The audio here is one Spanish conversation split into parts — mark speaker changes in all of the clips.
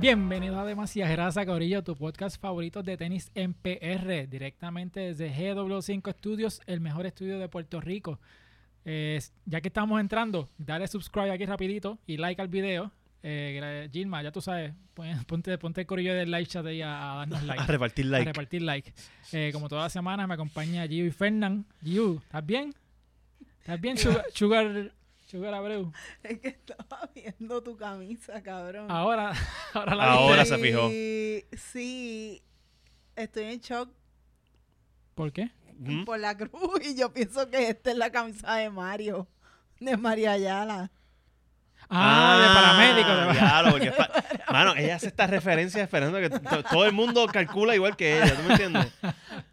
Speaker 1: Bienvenidos a Demasiada Grasa, Corillo, tu podcast favorito de tenis en PR, directamente desde GW5 Studios, el mejor estudio de Puerto Rico. Eh, ya que estamos entrando, dale subscribe aquí rapidito y like al video. Eh, gra- Gilma, ya tú sabes, pon- ponte, ponte el corillo del live chat ahí a, a darnos like.
Speaker 2: A repartir
Speaker 1: a
Speaker 2: like.
Speaker 1: repartir like. Eh, como todas las semanas me acompaña Gio y Fernán. Gio, ¿estás bien? ¿Estás bien, Sugar, Sugar, Sugar Abreu?
Speaker 3: Es que estaba viendo tu camisa, cabrón.
Speaker 1: Ahora, ahora la
Speaker 2: Ahora
Speaker 1: viste.
Speaker 2: se fijó.
Speaker 3: Sí, Sí, estoy en shock
Speaker 1: ¿Por qué?
Speaker 2: Ujú.
Speaker 3: por la cruz y yo pienso que esta es la camisa de Mario, de María Ayala.
Speaker 1: Ah, de paramédico. de-
Speaker 2: Claro, porque está- Mano, ella hace estas referencias esperando que to- todo el mundo calcula igual que ella, ¿tú me entiendes?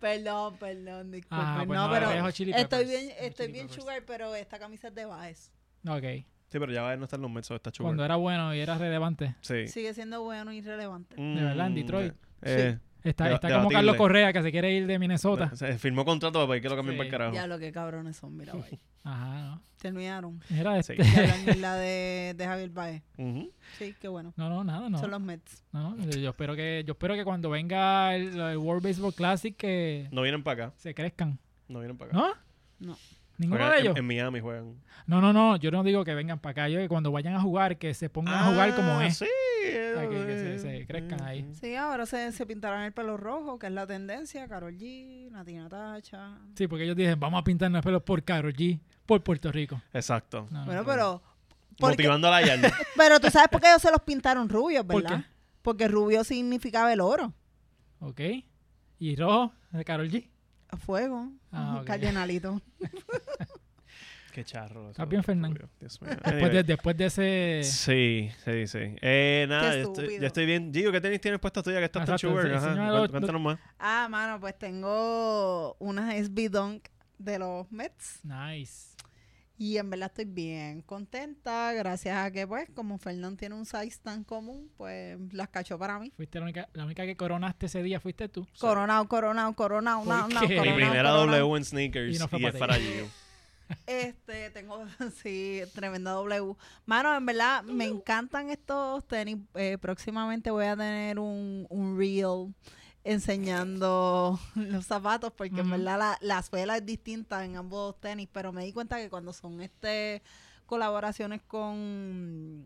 Speaker 3: Perdón, perdón, disculpa.
Speaker 1: Ah, pues
Speaker 3: no,
Speaker 1: no,
Speaker 3: pero
Speaker 1: es Hot Chili
Speaker 3: estoy
Speaker 1: Peppers,
Speaker 3: bien,
Speaker 1: Hot
Speaker 3: estoy
Speaker 1: Chili
Speaker 3: bien
Speaker 1: Peppers.
Speaker 3: sugar, pero esta camisa es de Baez.
Speaker 1: Ok.
Speaker 2: Sí, pero ya va a ver, no están los mensos, está chulo.
Speaker 1: Cuando era bueno y era relevante.
Speaker 2: Sí.
Speaker 3: Sigue siendo bueno y relevante.
Speaker 2: Mm,
Speaker 1: De verdad, en Detroit.
Speaker 2: eh,
Speaker 1: Está,
Speaker 2: Deba-
Speaker 1: está como
Speaker 2: debatible.
Speaker 1: Carlos Correa que se quiere ir de Minnesota.
Speaker 2: o sea, firmó contrato para que lo cambien
Speaker 1: Sí.
Speaker 2: para el carajo.
Speaker 3: Ya lo que cabrones son, mira, vaya.
Speaker 1: Ajá, no.
Speaker 3: Terminaron.
Speaker 1: Era este.
Speaker 3: Ya hablan en la de, de Javier Baez.
Speaker 2: Ujú.
Speaker 3: Sí, qué bueno.
Speaker 1: No, no, nada, no.
Speaker 3: Son los Mets.
Speaker 1: no. Yo yo espero que, yo espero que cuando venga el, el World Baseball Classic que
Speaker 2: No vienen para acá.
Speaker 1: se crezcan.
Speaker 2: No vienen para acá.
Speaker 1: ¿No?
Speaker 3: No.
Speaker 1: ¿Ninguno
Speaker 2: Juegan
Speaker 1: de
Speaker 2: en-
Speaker 1: ellos?
Speaker 2: En, Miami juegan.
Speaker 1: No, no, no. Yo no digo que vengan para acá. Yo que cuando vayan a jugar, que se pongan a jugar como
Speaker 2: Ah,
Speaker 1: es.
Speaker 2: Sí. eh.
Speaker 1: sea, que- que se- se crezcan ahí.
Speaker 3: Sí, ahora se, se pintarán el pelo rojo, que es la tendencia. Carol G, Natina Tacha.
Speaker 1: Sí, porque ellos dicen, vamos a pintarnos los pelos por Karol G, por Puerto Rico.
Speaker 2: Exacto.
Speaker 1: No, no,
Speaker 3: Bueno,
Speaker 1: no.
Speaker 3: pero. ¿por qué?
Speaker 2: Motivando a la yarda.
Speaker 3: Pero tú sabes por qué ellos se los pintaron rubios,
Speaker 1: ¿Por
Speaker 3: ¿verdad? Porque rubio significaba el oro,
Speaker 1: Ok. ¿Y rojo? ¿De Karol G?
Speaker 3: a fuego,
Speaker 1: Ah, ok.
Speaker 3: cardenalito.
Speaker 2: Qué charro.
Speaker 1: Está bien, Fernán.
Speaker 2: Dios mío.
Speaker 1: Después Pues de, después de ese...
Speaker 2: Sí, sí, sí. Eh, nada,
Speaker 3: Qué
Speaker 2: yo estoy,
Speaker 3: estúpido.
Speaker 2: yo estoy bien. Digo, ¿qué tenis tienes puesta tuya? Que estás tan
Speaker 1: Exacto,
Speaker 2: chugar.
Speaker 1: sí,
Speaker 2: Ajá.
Speaker 1: señora,
Speaker 2: Cuán-
Speaker 1: lo-
Speaker 2: Cuéntanos más.
Speaker 3: Ah, mano, pues tengo unas SB Dunk de los Mets
Speaker 1: Nice.
Speaker 3: y en verdad estoy bien contenta, gracias a que, pues, como Fernán tiene un size tan común, pues las cachó para mí.
Speaker 1: Fuiste la única, la única que coronaste ese día, fuiste tú.
Speaker 3: Coronado, coronado, coronado,
Speaker 1: ¿Por
Speaker 3: no, no,
Speaker 1: qué? Mi
Speaker 2: Mi
Speaker 3: coronado,
Speaker 2: primera
Speaker 3: coronado.
Speaker 2: W en
Speaker 1: Y
Speaker 2: sneakers
Speaker 1: no fue
Speaker 2: y,
Speaker 1: para
Speaker 2: es
Speaker 1: ti.
Speaker 2: para Gio.
Speaker 3: Este, tengo, sí, tremenda W. Mano, en verdad, me encantan estos tenis. Eh, próximamente voy a tener un, un reel enseñando los zapatos, porque en
Speaker 1: Ujú.
Speaker 3: verdad la, la suela es distinta en ambos tenis, pero me di cuenta que cuando son este colaboraciones con...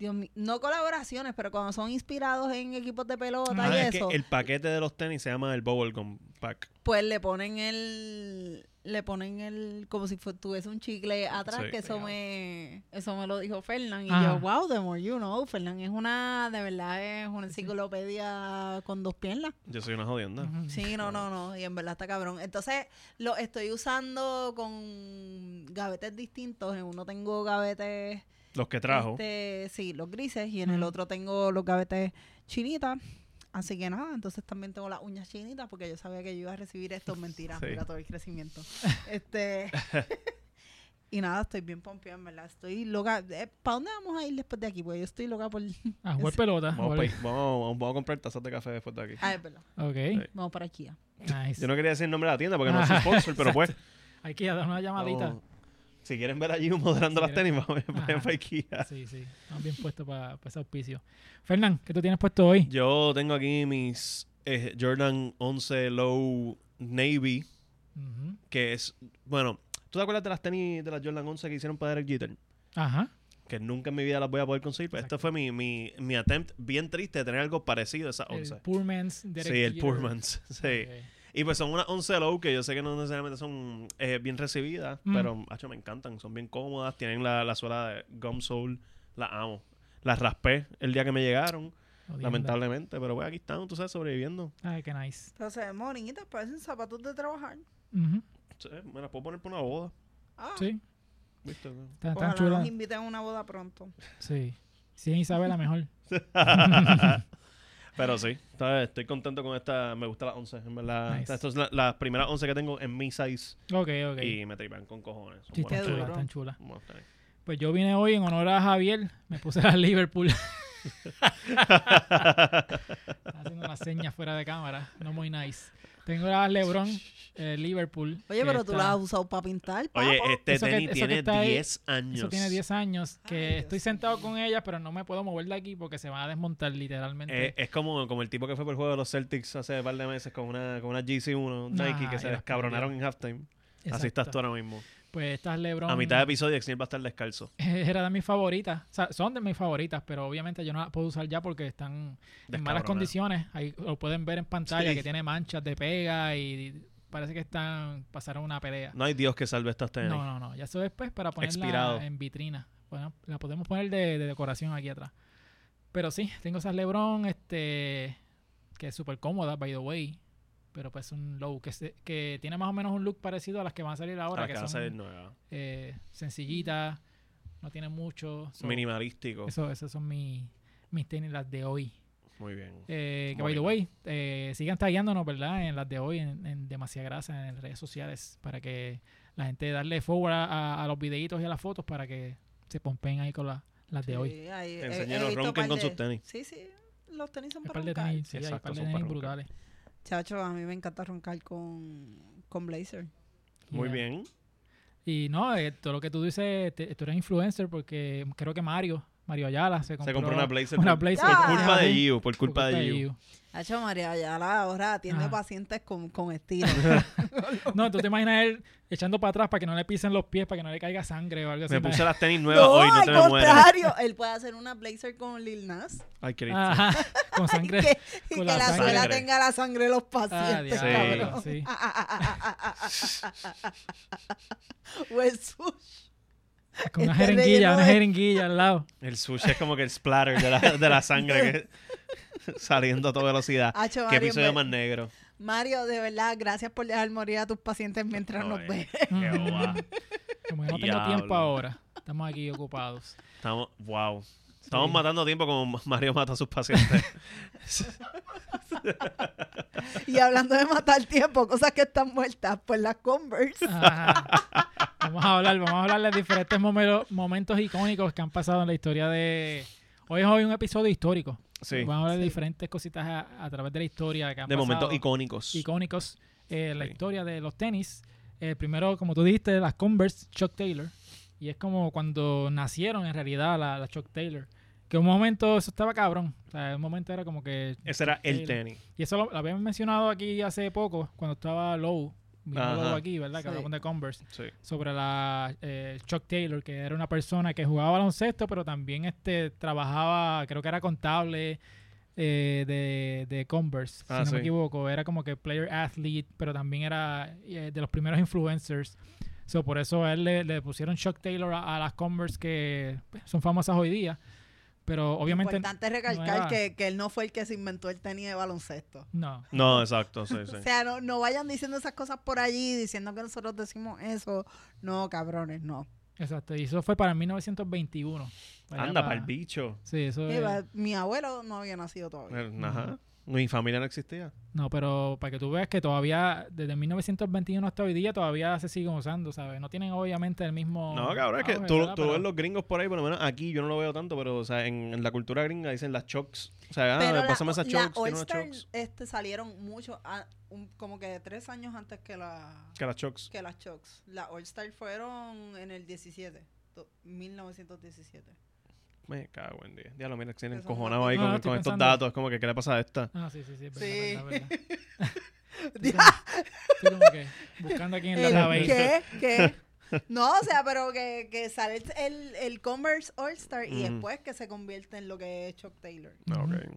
Speaker 3: Dios mío, no colaboraciones, pero cuando son inspirados en equipos de pelota
Speaker 1: Ah,
Speaker 3: y
Speaker 2: es
Speaker 3: eso,
Speaker 2: que el paquete de los tenis se llama el Bubblegum Pack.
Speaker 3: pues le ponen el le ponen el como si fue- tuviese un chicle atrás
Speaker 2: Sí,
Speaker 3: que eso
Speaker 2: pegado.
Speaker 3: me eso me lo dijo Fernán y
Speaker 1: Ajá.
Speaker 3: yo wow the more you know Fernán es una de verdad es una enciclopedia con dos piernas
Speaker 2: Yo soy una jodienda.
Speaker 1: Ujú.
Speaker 3: sí no no no y en verdad está cabrón entonces lo estoy usando con gavetes distintos en uno tengo gavetes
Speaker 2: Los que trajo.
Speaker 3: este, sí los grises y en el
Speaker 1: Ujú.
Speaker 3: otro tengo los gavetes chinitas Así que nada, entonces también tengo las uñas chinitas porque yo sabía que yo iba a recibir esto. Mentira,
Speaker 2: Sí.
Speaker 3: mira todo el crecimiento. Este. y nada, estoy bien pompeada, en verdad. Estoy loca. ¿Para dónde vamos a ir después de aquí? Porque yo estoy loca por. Ah,
Speaker 1: A jugar pelota.
Speaker 2: Vamos,
Speaker 1: Vale.
Speaker 2: pa- vamos- vamos a comprar tazas de café después de aquí.
Speaker 3: es verdad.
Speaker 1: Ok.
Speaker 3: Vamos para Kia.
Speaker 1: Nice.
Speaker 3: pues.
Speaker 2: Yo no quería decir el nombre de la tienda porque no soy sponsor, pero pues.
Speaker 1: Hay que ir a dar una llamadita.
Speaker 2: vamos- si quieren ver a Gio moderando
Speaker 1: Si
Speaker 2: las
Speaker 1: quieren-
Speaker 2: tenis, vamos a
Speaker 1: Ajá.
Speaker 2: para Ikea.
Speaker 1: Sí, sí. Están bien puestos para ese auspicio. Fernán, ¿qué tú tienes puesto hoy?
Speaker 2: Yo tengo aquí mis eh, Jordan 11 Low Navy,
Speaker 1: Ujú.
Speaker 2: que es. Bueno, ¿tú te acuerdas de las tenis de las Jordan 11 que hicieron para Derek Jeter?
Speaker 1: Ajá.
Speaker 2: que nunca en mi vida las voy a poder conseguir. Pues este
Speaker 1: Exacto.
Speaker 2: fue mi, mi, mi attempt bien triste de tener algo parecido a esas
Speaker 1: El
Speaker 2: 11.
Speaker 1: Pullman's
Speaker 2: sí, el Pullman's. Sí.
Speaker 1: Okay.
Speaker 2: Y pues son unas 11 low que yo sé que no necesariamente son eh, bien recibidas,
Speaker 1: Mm.
Speaker 2: pero hacho, me encantan. Son bien cómodas, tienen la, la suela de gum sole, la amo. Las raspé el día que me llegaron,
Speaker 1: Jodiendo.
Speaker 2: lamentablemente, pero pues aquí están, tú sabes, sobreviviendo.
Speaker 1: Ay, qué nice.
Speaker 3: Entonces, morinitas, parecen zapatos de trabajar.
Speaker 1: Ujú.
Speaker 2: Sí, me las puedo poner para una boda,
Speaker 3: Ah,
Speaker 1: Sí.
Speaker 2: ¿viste?
Speaker 1: Están, están
Speaker 3: ojalá nos
Speaker 1: chulas.
Speaker 3: inviten a una boda pronto.
Speaker 1: Sí. Sí, Isabela mejor.
Speaker 2: pero sí, está- estoy contento con esta, me gustan las 11, en verdad.
Speaker 1: Nice.
Speaker 2: Estas son la- las primeras 11 que tengo en mi size.
Speaker 1: Ok, ok.
Speaker 2: y me tripan con cojones. Son
Speaker 1: Sí,
Speaker 2: buenos
Speaker 1: están
Speaker 3: Qué
Speaker 2: tenis.
Speaker 1: chulas,
Speaker 3: duro.
Speaker 1: están chulas.
Speaker 2: Buenos tenis.
Speaker 1: Pues yo vine hoy en honor a Javier, me puse las Liverpool. Está haciendo una seña fuera de cámara. No muy nice. Tengo las LeBron, eh, Liverpool.
Speaker 3: Oye,
Speaker 1: que
Speaker 3: pero tú
Speaker 1: está-
Speaker 3: la has usado para pintar. papo.
Speaker 2: Oye, este
Speaker 1: Ah, oh, Eso que-
Speaker 2: tenis
Speaker 1: eso que
Speaker 2: tiene
Speaker 1: está ahí,
Speaker 2: 10 años.
Speaker 1: Eso tiene 10 años. Que
Speaker 3: Ay, Dios
Speaker 1: estoy sentado con ella, pero no me puedo mover de aquí porque se va a desmontar literalmente.
Speaker 2: Eh, es como, como el tipo que fue por el juego de los Celtics hace un par de meses con una, con una GC1, un
Speaker 1: Nah,
Speaker 2: Nike, que
Speaker 1: ya
Speaker 2: se
Speaker 1: las
Speaker 2: descabronaron en halftime. Así
Speaker 1: Exacto.
Speaker 2: estás tú ahora mismo.
Speaker 1: Pues estas LeBron.
Speaker 2: A mitad de episodio, Exniel va a estar descalzo.
Speaker 1: Era de mis favoritas. O sea, son de mis favoritas, pero obviamente yo no las puedo usar ya porque están en malas
Speaker 2: Descabronado.
Speaker 1: condiciones. Ahí lo pueden ver en pantalla
Speaker 2: Sí.
Speaker 1: que tiene manchas de pega y parece que están pasaron una pelea.
Speaker 2: No hay Dios que salve estas tenis.
Speaker 1: No, no, no. Ya eso es pues, para ponerla
Speaker 2: Expirado.
Speaker 1: en vitrina. Bueno, la podemos poner de, de decoración aquí atrás. Pero sí, tengo esas LeBron, este, que es súper cómoda, by the way. Pero pues un low que, se- que tiene más o menos un look parecido a las que van a salir ahora,
Speaker 2: Ahora
Speaker 1: que
Speaker 2: que va a
Speaker 1: son
Speaker 2: ser nueva.
Speaker 1: eh, sencillitas, no tienen mucho. so,
Speaker 2: Minimalístico.
Speaker 1: Eso, esas son mis, mis tenis, las de hoy.
Speaker 2: Muy bien.
Speaker 1: Eh, que by the way,
Speaker 2: Bonito.
Speaker 1: eh, sigan tagueándonos, ¿verdad? En las de hoy, en, en Demasiada Grasa, en redes sociales, para que la gente darle forward a, a- a los videitos y a las fotos para que se pompen ahí con la- las de hoy.
Speaker 3: Sí, ahí he-
Speaker 2: Enseñen,
Speaker 3: he
Speaker 2: no
Speaker 3: visto
Speaker 2: ronquen
Speaker 3: par
Speaker 2: con
Speaker 3: de-
Speaker 2: sus tenis.
Speaker 3: Sí, sí. Los tenis son
Speaker 1: Hay
Speaker 3: para
Speaker 1: par de
Speaker 3: roncar.
Speaker 1: tenis, sí, hay
Speaker 2: Exacto,
Speaker 1: par de
Speaker 2: son
Speaker 1: tenis
Speaker 2: para roncar.
Speaker 1: brutales.
Speaker 3: Chacho, a mí me encanta roncar con, con blazer.
Speaker 2: Muy
Speaker 1: Yeah.
Speaker 2: bien.
Speaker 1: Y no, eh, todo lo que tú dices, te- tú eres influencer porque creo que Mario, Mario Ayala, se compró,
Speaker 2: Se compró una blazer.
Speaker 1: una
Speaker 2: por-
Speaker 1: blazer.
Speaker 2: Por
Speaker 3: Ah.
Speaker 2: culpa de
Speaker 1: Sí,
Speaker 2: Giu, por
Speaker 1: por
Speaker 2: culpa de Giu.
Speaker 1: Giu.
Speaker 3: Chacho, María, ya la ahora atiende
Speaker 1: Ajá.
Speaker 3: pacientes con, con estilo.
Speaker 1: No, tú te imaginas él echando para atrás para que no le pisen los pies, para que no le caiga sangre o algo así.
Speaker 2: Me puse las tenis nuevas
Speaker 3: no,
Speaker 2: hoy, no
Speaker 3: al
Speaker 2: te me mueras.
Speaker 3: contrario. Ah. Él puede hacer una blazer con Lil Nas.
Speaker 2: Ay, Cristo.
Speaker 1: Ajá, con
Speaker 3: Y
Speaker 1: sangre.
Speaker 3: que, y
Speaker 1: con
Speaker 3: que
Speaker 1: la
Speaker 3: la
Speaker 1: sangre.
Speaker 3: suela tenga la sangre de los
Speaker 1: Ah,
Speaker 3: pacientes,
Speaker 2: Sí.
Speaker 1: diablo,
Speaker 3: cabrón. Ah,
Speaker 1: sí.
Speaker 3: O el sushi.
Speaker 1: Con una
Speaker 3: Este
Speaker 1: jeringuilla,
Speaker 3: relleno
Speaker 1: una
Speaker 3: de-
Speaker 1: jeringuilla al lado.
Speaker 2: El sushi es como que el splatter de la, de la sangre que, saliendo a toda velocidad.
Speaker 3: Hacho,
Speaker 2: Qué
Speaker 3: Ah, Mario, en
Speaker 2: episodio
Speaker 3: ver-
Speaker 2: más negro.
Speaker 3: Mario, de verdad, gracias por dejar morir a tus pacientes mientras
Speaker 2: No,
Speaker 3: nos
Speaker 2: eh,
Speaker 3: ves.
Speaker 2: Jehová.
Speaker 1: Como que no tengo
Speaker 2: Diablo.
Speaker 1: tiempo ahora. Estamos aquí ocupados.
Speaker 2: Estamos, wow. Estamos
Speaker 1: Sí.
Speaker 2: matando tiempo como Mario mata a sus pacientes.
Speaker 3: Y hablando de matar tiempo, cosas que están muertas, pues las Converse.
Speaker 1: Ajá. Vamos a hablar, vamos a hablar de diferentes momelo- momentos icónicos que han pasado en la historia de. Hoy es hoy un episodio histórico.
Speaker 2: Sí.
Speaker 1: Vamos a hablar de
Speaker 3: Sí.
Speaker 1: diferentes cositas a, a través de la historia que han
Speaker 2: De momentos
Speaker 1: pasado.
Speaker 2: icónicos.
Speaker 1: icónicos eh, la
Speaker 2: Sí.
Speaker 1: historia de los tenis. El primero, como tú dijiste, las Converse Chuck Taylor. Y es como cuando nacieron en realidad las la Chuck Taylor. Que un momento eso estaba cabrón. O sea, un momento era como que.
Speaker 2: Ese era el
Speaker 1: Taylor.
Speaker 2: tenis.
Speaker 1: Y eso lo, lo habíamos mencionado aquí hace poco, cuando estaba Low.
Speaker 2: Ajá.
Speaker 1: Low aquí, ¿verdad? Que
Speaker 3: Sí.
Speaker 1: hablamos de Converse.
Speaker 2: Sí.
Speaker 1: Sobre la eh, Chuck Taylor, que era una persona que jugaba baloncesto, pero también este trabajaba, creo que era contable eh, de, de Converse, si
Speaker 2: Ah,
Speaker 1: no
Speaker 2: sí.
Speaker 1: me equivoco. Era como que player athlete, pero también era eh, de los primeros influencers. So, por eso a él le, le pusieron Chuck Taylor a, a las Converse que pues, son famosas hoy día. Pero obviamente.
Speaker 3: Importante
Speaker 1: no
Speaker 3: recalcar
Speaker 1: era-
Speaker 3: que, que él no fue el que se inventó el tenis de baloncesto.
Speaker 1: No.
Speaker 2: No, exacto, sí, sí.
Speaker 3: O sea, no, no vayan diciendo esas cosas por allí, diciendo que nosotros decimos eso. No, cabrones, no.
Speaker 1: Exacto, y eso fue para 1921. Allá
Speaker 2: Anda,
Speaker 1: pa-
Speaker 2: para el bicho.
Speaker 1: Sí, eso es-
Speaker 3: Eva, Mi abuelo no había nacido todavía.
Speaker 2: Eh, Ajá. Mi familia no existía.
Speaker 1: No, pero para que tú veas que todavía, desde 1921 hasta hoy día, todavía se siguen usando, ¿sabes? No tienen obviamente el mismo...
Speaker 2: No, cabrón, es que
Speaker 1: auge,
Speaker 2: tú,
Speaker 1: ¿verdad?
Speaker 2: tú
Speaker 1: Pero-
Speaker 2: ves los gringos por ahí, por lo menos aquí yo no lo veo tanto, pero o sea, en, en la cultura gringa dicen las chocks. O sea,
Speaker 3: Pero
Speaker 2: ah,
Speaker 3: la-
Speaker 2: pásame esas
Speaker 3: la
Speaker 2: chocks, quiero unas
Speaker 3: All-Star,
Speaker 2: chocks.
Speaker 3: este, salieron mucho, a- un- como que tres años antes que la...
Speaker 2: Que las chocks.
Speaker 3: que las Chucks. Las All Star fueron en el 17, do- 1917.
Speaker 2: Me cago en 10. Ya lo mira, tienen
Speaker 3: Eso no.
Speaker 2: encojonado ahí
Speaker 1: No,
Speaker 2: con,
Speaker 1: no, Ah, estoy
Speaker 2: con estos
Speaker 1: pensando.
Speaker 2: datos. Es como que, ¿qué le pasa a esta?
Speaker 1: Ah, sí, sí, sí, es verdad,
Speaker 3: Sí.
Speaker 1: verdad, verdad. Estoy como-
Speaker 3: Ya,
Speaker 1: estoy como que buscando aquí en el
Speaker 3: el-
Speaker 1: database.
Speaker 3: ¿Qué? Eh, ¿Qué? No, o sea, pero que, que sale el- el, el Commerce All Star y
Speaker 2: Ujú.
Speaker 3: después que se convierte en lo que es Chuck Taylor.
Speaker 2: No, ok.
Speaker 1: Ujú.
Speaker 2: Mm. Ah,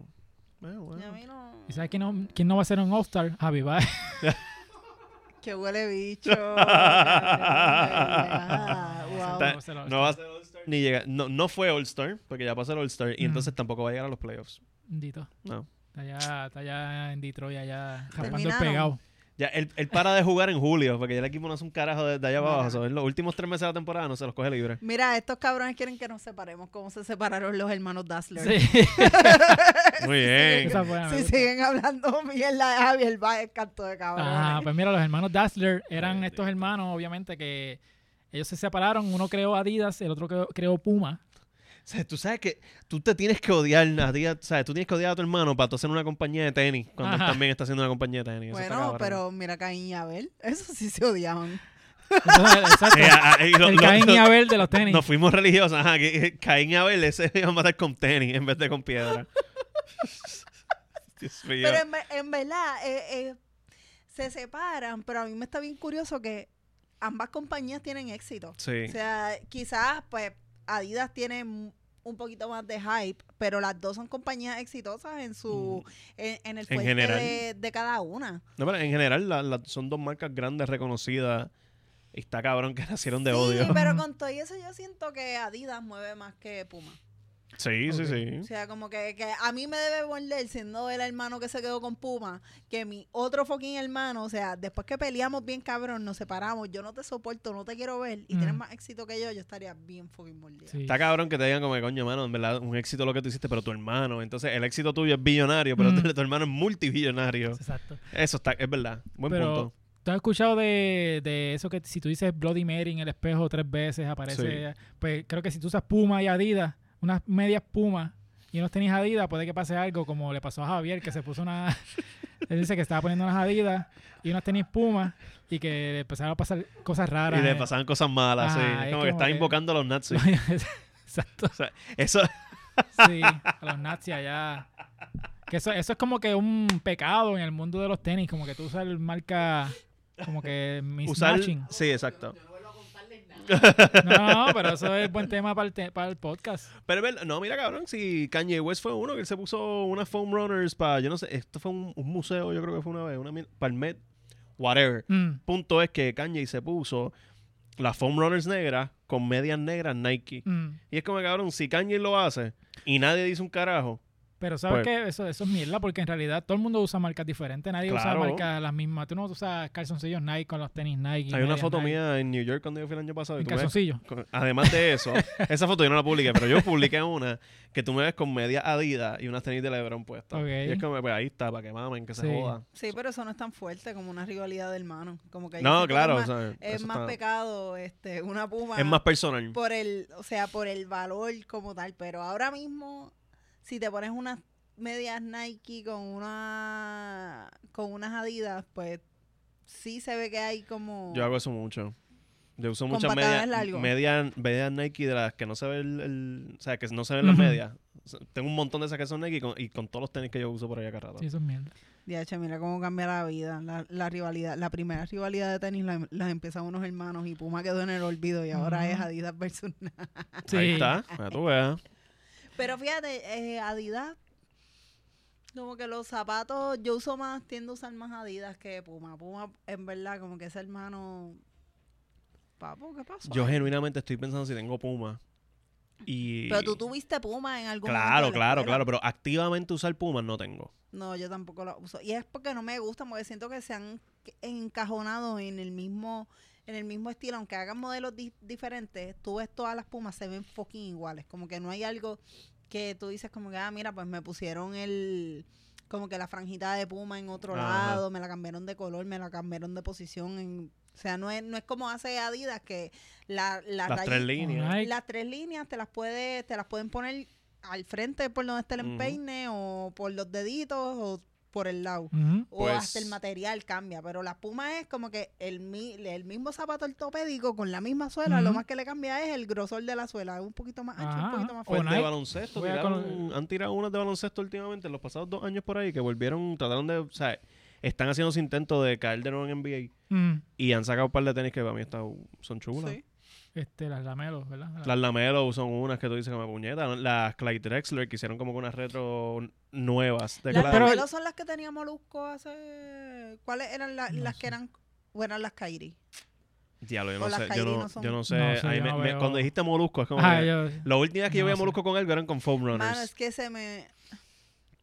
Speaker 2: Bueno,
Speaker 3: Y a
Speaker 2: bueno.
Speaker 3: mí no...
Speaker 1: ¿Y sabes quién no, quién no va a ser un All-Star? Javi Baez.
Speaker 3: Que huele bicho. Ah, wow.
Speaker 1: Ese no va a ser All-Star.
Speaker 2: No va a ser All-Star ni llega. No, no fue All-Star, porque ya pasó el All-Star y
Speaker 1: Mm.
Speaker 2: entonces tampoco va a llegar a los playoffs.
Speaker 1: Bendito.
Speaker 2: No.
Speaker 1: Está allá, está allá en Detroit, allá raspando el
Speaker 3: Terminaron.
Speaker 1: pegado.
Speaker 2: Ya, él, él para de jugar en julio, porque ya el equipo no hace un carajo de, de allá para
Speaker 3: Mira.
Speaker 2: abajo. O sea, en los últimos tres meses de la temporada no se los coge libre.
Speaker 3: Mira, estos cabrones quieren que nos separemos como se separaron los hermanos Dazzler.
Speaker 1: Sí,
Speaker 2: Muy bien.
Speaker 1: esa fue, me
Speaker 3: Si
Speaker 1: gusta.
Speaker 3: siguen hablando mierda de Javier Baez, canto de cabrón.
Speaker 1: Ajá, pues mira, los hermanos Dazzler eran
Speaker 2: Bendito.
Speaker 1: estos hermanos, obviamente, que ellos se separaron. Uno creó Adidas, el otro creó, creó Puma.
Speaker 2: sea, tú sabes que tú te tienes que odiar a ti, a- ¿sabes? Tú tienes que odiar a tu hermano para tú hacer una compañía de tenis cuando
Speaker 1: Ajá.
Speaker 2: él también está haciendo una compañía de tenis. Eso está
Speaker 3: Bueno,
Speaker 2: cabrón.
Speaker 3: pero mira Caín y Abel, eso sí se odiaban.
Speaker 1: Entonces, exacto.
Speaker 2: Sí, a- a- y Eh, lo-
Speaker 1: el
Speaker 2: lo-
Speaker 1: Caín y
Speaker 2: lo-
Speaker 1: Abel de los tenis.
Speaker 2: Nos fuimos religiosos. Ajá, que- que Caín y Abel ese iba a matar con tenis en vez de con piedra. Dios mío.
Speaker 3: Pero en, ve- en verdad, eh, eh, se separan, pero a mí me está bien curioso que ambas compañías tienen éxito.
Speaker 2: Sí.
Speaker 3: O sea, quizás pues Adidas tiene m- un poquito más de hype, pero las dos son compañías exitosas en su en, en el
Speaker 2: Mm. En
Speaker 3: fuerte
Speaker 2: general.
Speaker 3: de, de cada una.
Speaker 2: No, pero en general la- la- son dos marcas grandes reconocidas. Y está cabrón que nacieron de
Speaker 3: sí,
Speaker 2: odio.
Speaker 3: pero con todo eso yo siento que Adidas mueve más que Puma.
Speaker 2: Sí, sí,
Speaker 1: Ok.
Speaker 2: sí.
Speaker 3: O sea, como que, que a mí me debe volver, siendo el hermano que se quedó con Puma, que mi otro fucking hermano, o sea, después que peleamos bien cabrón, nos separamos, yo no te soporto, no te quiero ver, y tienes
Speaker 1: Mm.
Speaker 3: más éxito que yo, yo estaría bien fucking mordida.
Speaker 1: Sí.
Speaker 2: Está cabrón que te digan como que, coño, mano, en verdad, un éxito lo que tú hiciste, pero tu hermano. Entonces, el éxito tuyo es billonario, pero
Speaker 1: Mm.
Speaker 2: tu, tu hermano es multibillonario.
Speaker 1: Exacto.
Speaker 2: Eso está, es verdad. Buen
Speaker 1: Pero-
Speaker 2: punto.
Speaker 1: ¿Tú has escuchado de, de eso que si tú dices Bloody Mary en el espejo tres veces aparece? Pues creo que si tú usas Puma y Adidas, unas medias Puma y unos tenis Adidas, puede que pase algo como le pasó a Javier, que se puso una... Él dice que estaba poniendo unas Adidas y unos tenis Puma y que le empezaron a pasar cosas raras.
Speaker 2: Y le
Speaker 1: eh.
Speaker 2: pasaban cosas malas, sí.
Speaker 1: Ajá, es
Speaker 2: Como que
Speaker 1: como
Speaker 2: está
Speaker 1: que-
Speaker 2: invocando a los nazis.
Speaker 1: Exacto.
Speaker 2: O sea, eso,
Speaker 1: Sí, a los nazis allá. Que eso, eso es como que un pecado en el mundo de los tenis, como que tú usas el marca como que
Speaker 2: usar...
Speaker 1: mismatching.
Speaker 2: Sí, exacto.
Speaker 1: No, no, no, pero eso es buen tema para el, te- para el podcast.
Speaker 2: Pero, es verdad- no, mira, cabrón, si Kanye West fue uno que él se puso unas foam runners para, yo no sé, esto fue un, un museo, yo creo que fue una vez, una mil- Palmet, whatever.
Speaker 1: Mm,
Speaker 2: Punto es que Kanye se puso las foam runners negras con medias negras Nike.
Speaker 1: mm.
Speaker 2: Y es como, cabrón, si Kanye lo hace y nadie dice un carajo,
Speaker 1: Pero sabes
Speaker 2: Pues-
Speaker 1: que eso, eso es mierda, porque en realidad todo el mundo usa marcas diferentes, nadie
Speaker 2: Claro.
Speaker 1: usa marcas las mismas. Tú no usas calzoncillos Nike con los tenis Nike.
Speaker 2: hay una
Speaker 1: medias
Speaker 2: foto
Speaker 1: Nike.
Speaker 2: mía en New York cuando yo fui el año pasado. y
Speaker 1: En
Speaker 2: tú ves-
Speaker 1: calzoncillos.
Speaker 2: con- además de eso, esa foto yo no la publiqué, pero yo publiqué una que tú me ves con medias Adidas y unas tenis de LeBron puestas.
Speaker 1: Ok.
Speaker 2: Y es como, pues ahí está, para que mamen, que se
Speaker 1: Sí.
Speaker 2: joda.
Speaker 3: Sí, pero eso no es tan fuerte como una rivalidad de hermano. Como que yo
Speaker 2: No,
Speaker 3: siento que
Speaker 2: claro,
Speaker 3: Es más,
Speaker 2: o sea,
Speaker 3: es
Speaker 2: eso
Speaker 3: más
Speaker 2: está-
Speaker 3: pecado este, una Puma
Speaker 2: es más personal.
Speaker 3: por el, o sea, por el valor como tal. Pero ahora mismo, si te pones unas medias Nike con una con unas Adidas, pues sí se ve que hay como
Speaker 2: Yo hago eso mucho. Yo uso
Speaker 3: Con
Speaker 2: muchas
Speaker 3: pantalones
Speaker 2: medias
Speaker 3: largos.
Speaker 2: media, medias Nike de las que no se ve el, el- o sea, que no se ven las
Speaker 1: Ujú.
Speaker 2: medias. O sea, tengo un montón de esas que son Nike y con, y con todos los tenis que yo uso por allá cada rato.
Speaker 1: Sí, eso es mierda.
Speaker 3: DH, mira cómo cambia la vida, la, la rivalidad, la primera rivalidad de tenis la, la empiezan unos hermanos y Puma quedó en el olvido y ahora
Speaker 1: Ujú.
Speaker 3: es Adidas versus Nike.
Speaker 1: Sí.
Speaker 2: Ahí está, para tú veas.
Speaker 3: Pero fíjate, eh, Adidas, como que los zapatos, yo uso más, tiendo a usar más Adidas que Puma. Puma, en verdad, como que ese hermano. Papo, ¿qué pasó?
Speaker 2: Yo genuinamente estoy pensando si tengo Puma. Y...
Speaker 3: Pero tú tuviste Puma en algún
Speaker 2: Claro,
Speaker 3: momento de la
Speaker 2: claro,
Speaker 3: escuela.
Speaker 2: claro, pero activamente usar Puma no tengo.
Speaker 3: No, yo tampoco la uso. Y es porque no me gustan, porque siento que se han encajonado en el mismo en el mismo estilo, aunque hagan modelos di- diferentes, tú ves todas las pumas, se ven fucking iguales. Como que no hay algo que tú dices como que, ah, mira, pues me pusieron el, como que la franjita de puma en otro
Speaker 2: Ajá.
Speaker 3: lado, me la cambiaron de color, me la cambiaron de posición. En, o sea, no es, no es como hace Adidas que la, la
Speaker 2: Las
Speaker 3: rayi-
Speaker 2: tres líneas.
Speaker 1: Nike.
Speaker 3: las tres líneas te las puede te las pueden poner al frente por donde está el
Speaker 2: Ujú.
Speaker 3: empeine o por los deditos o por el lado
Speaker 1: Ujú.
Speaker 3: o
Speaker 2: Pues-
Speaker 3: hasta el material cambia pero la puma es como que el, mi- el mismo zapato ortopédico con la misma suela lo
Speaker 1: Ujú. Ah,
Speaker 3: más que le cambia es el grosor de la suela es un poquito más ancho un
Speaker 1: Ajá.
Speaker 3: poquito más
Speaker 1: O
Speaker 2: Pues
Speaker 3: fuerte
Speaker 2: de
Speaker 1: Nike.
Speaker 2: baloncesto,
Speaker 1: Voy a
Speaker 2: tiraron-
Speaker 1: con-
Speaker 2: han tirado unas de baloncesto últimamente en los pasados dos años por ahí que volvieron, trataron de, o sea, están haciendo su intento de caer de nuevo en NBA
Speaker 1: Mm.
Speaker 2: y han sacado un par de tenis que para mí está- son chulas.
Speaker 3: Sí.
Speaker 1: Este, las lamelos, ¿verdad? Las-
Speaker 2: Las Lamelo son unas que tú dices que me puñeta. Las Clyde Drexler que hicieron como que unas retro nuevas de
Speaker 3: las
Speaker 2: Clyde.
Speaker 1: Pero-
Speaker 3: Carmelo son las que tenía Molusco hace cuáles eran la-
Speaker 1: No
Speaker 3: las
Speaker 1: sé.
Speaker 3: que eran o eran las Kairi
Speaker 2: Diablo, yo
Speaker 3: o
Speaker 2: no
Speaker 3: las
Speaker 2: sé. Yo
Speaker 3: Kylie
Speaker 2: no,
Speaker 3: no son-
Speaker 2: yo no sé.
Speaker 1: No sé,
Speaker 2: ahí
Speaker 1: yo
Speaker 2: me-
Speaker 1: no
Speaker 2: me-
Speaker 1: veo.
Speaker 2: cuando dijiste Molusco es como
Speaker 1: Ah,
Speaker 2: que-
Speaker 1: yo-
Speaker 2: La última vez que yo
Speaker 1: no
Speaker 2: veía
Speaker 1: sé.
Speaker 2: Molusco con algo eran con Foam Runners.
Speaker 3: Mano, es que se me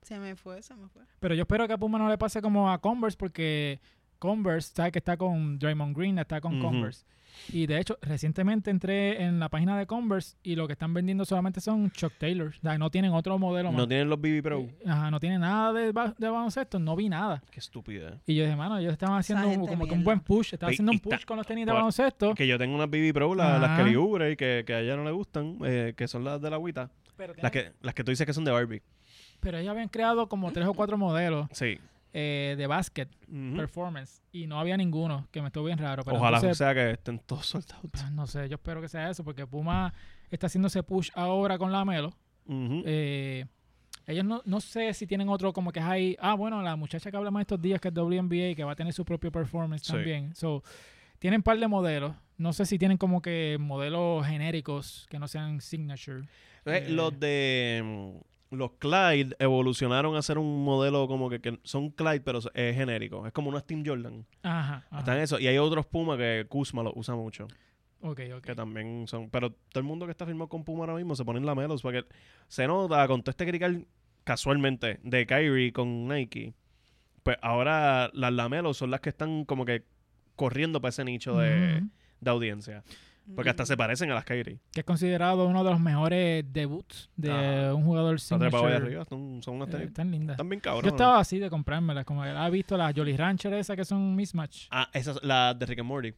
Speaker 3: se me fue se me fue
Speaker 1: Pero yo espero que a Puma no le pase como a Converse porque Converse, ¿sabes? Que está con Draymond Green, está con
Speaker 2: Ujú.
Speaker 1: Converse. Y de hecho, recientemente entré en la página de Converse y lo que están vendiendo solamente son Chuck Taylor. O sea, no tienen otro modelo
Speaker 2: No
Speaker 1: más. Eh,
Speaker 2: tienen los BB Pro.
Speaker 1: Ajá, no tiene nada de, ba- de baloncesto, no vi nada.
Speaker 2: Qué estúpida. eh.
Speaker 1: Y yo dije, mano, ellos estaban haciendo
Speaker 3: gente
Speaker 1: como que
Speaker 3: mierda.
Speaker 1: un buen push, estaban
Speaker 2: Ve,
Speaker 1: haciendo
Speaker 2: y
Speaker 1: un push
Speaker 2: está-
Speaker 1: con los tenis de
Speaker 2: ¿cuál?
Speaker 1: baloncesto,
Speaker 2: Que yo tengo unas BB Pro, la- las que
Speaker 1: Ajá.
Speaker 2: libre y que, que a ella no le gustan, eh, que son las de la agüita.
Speaker 1: pero,
Speaker 2: Las
Speaker 1: tienen-
Speaker 2: que, las que tú dices que son de Barbie.
Speaker 1: pero ellos habían creado como tres o cuatro modelos
Speaker 2: Sí.
Speaker 1: eh, de básquet,
Speaker 2: Ujú.
Speaker 1: performance, y no había ninguno, que me estuvo bien raro. Pero
Speaker 2: Ojalá
Speaker 1: entonces,
Speaker 2: sea que estén todos soldados.
Speaker 1: pues, no sé, yo espero que sea eso, porque Puma está haciendo ese push ahora con la Melo.
Speaker 2: Ujú.
Speaker 1: Eh, ellos no, no sé si tienen otro como que es ahí. Ah, bueno, la muchacha que hablamos estos días que es WNBA y que va a tener su propio performance
Speaker 2: Sí.
Speaker 1: también. So, tienen un par de modelos. No sé si tienen como que modelos genéricos que no sean signature. eh.
Speaker 2: Eh, Los de. mm, Los Clyde evolucionaron a ser un modelo como que, que son Clyde, pero es genérico. Es como unas Team Jordan.
Speaker 1: Ajá. ajá.
Speaker 2: Están eso. Y hay otros Puma que Kuzma los usa mucho.
Speaker 1: Ok, ok.
Speaker 2: Que también son. Pero todo el mundo que está firmado con Puma ahora mismo se pone en la Melos. Porque se nota con todo este critical casualmente de Kyrie con Nike. Pues ahora las lamelos son las que están como que corriendo para ese nicho de,
Speaker 1: Ujú.
Speaker 2: de audiencia. Porque
Speaker 3: Mm,
Speaker 2: hasta se parecen a las Kyrie.
Speaker 1: Que es considerado uno de los mejores debuts de
Speaker 2: Ajá.
Speaker 1: un jugador
Speaker 2: Está trepado ahí
Speaker 1: signature.
Speaker 2: arriba. Son, son unas
Speaker 1: Eh,
Speaker 2: tenis.
Speaker 1: Están lindas.
Speaker 2: Están bien cabronas.
Speaker 1: Yo estaba así de comprármelas, como que has visto las Jolly Rancher esas que son mismatch.
Speaker 2: Ah, esas, las de Rick and Morty.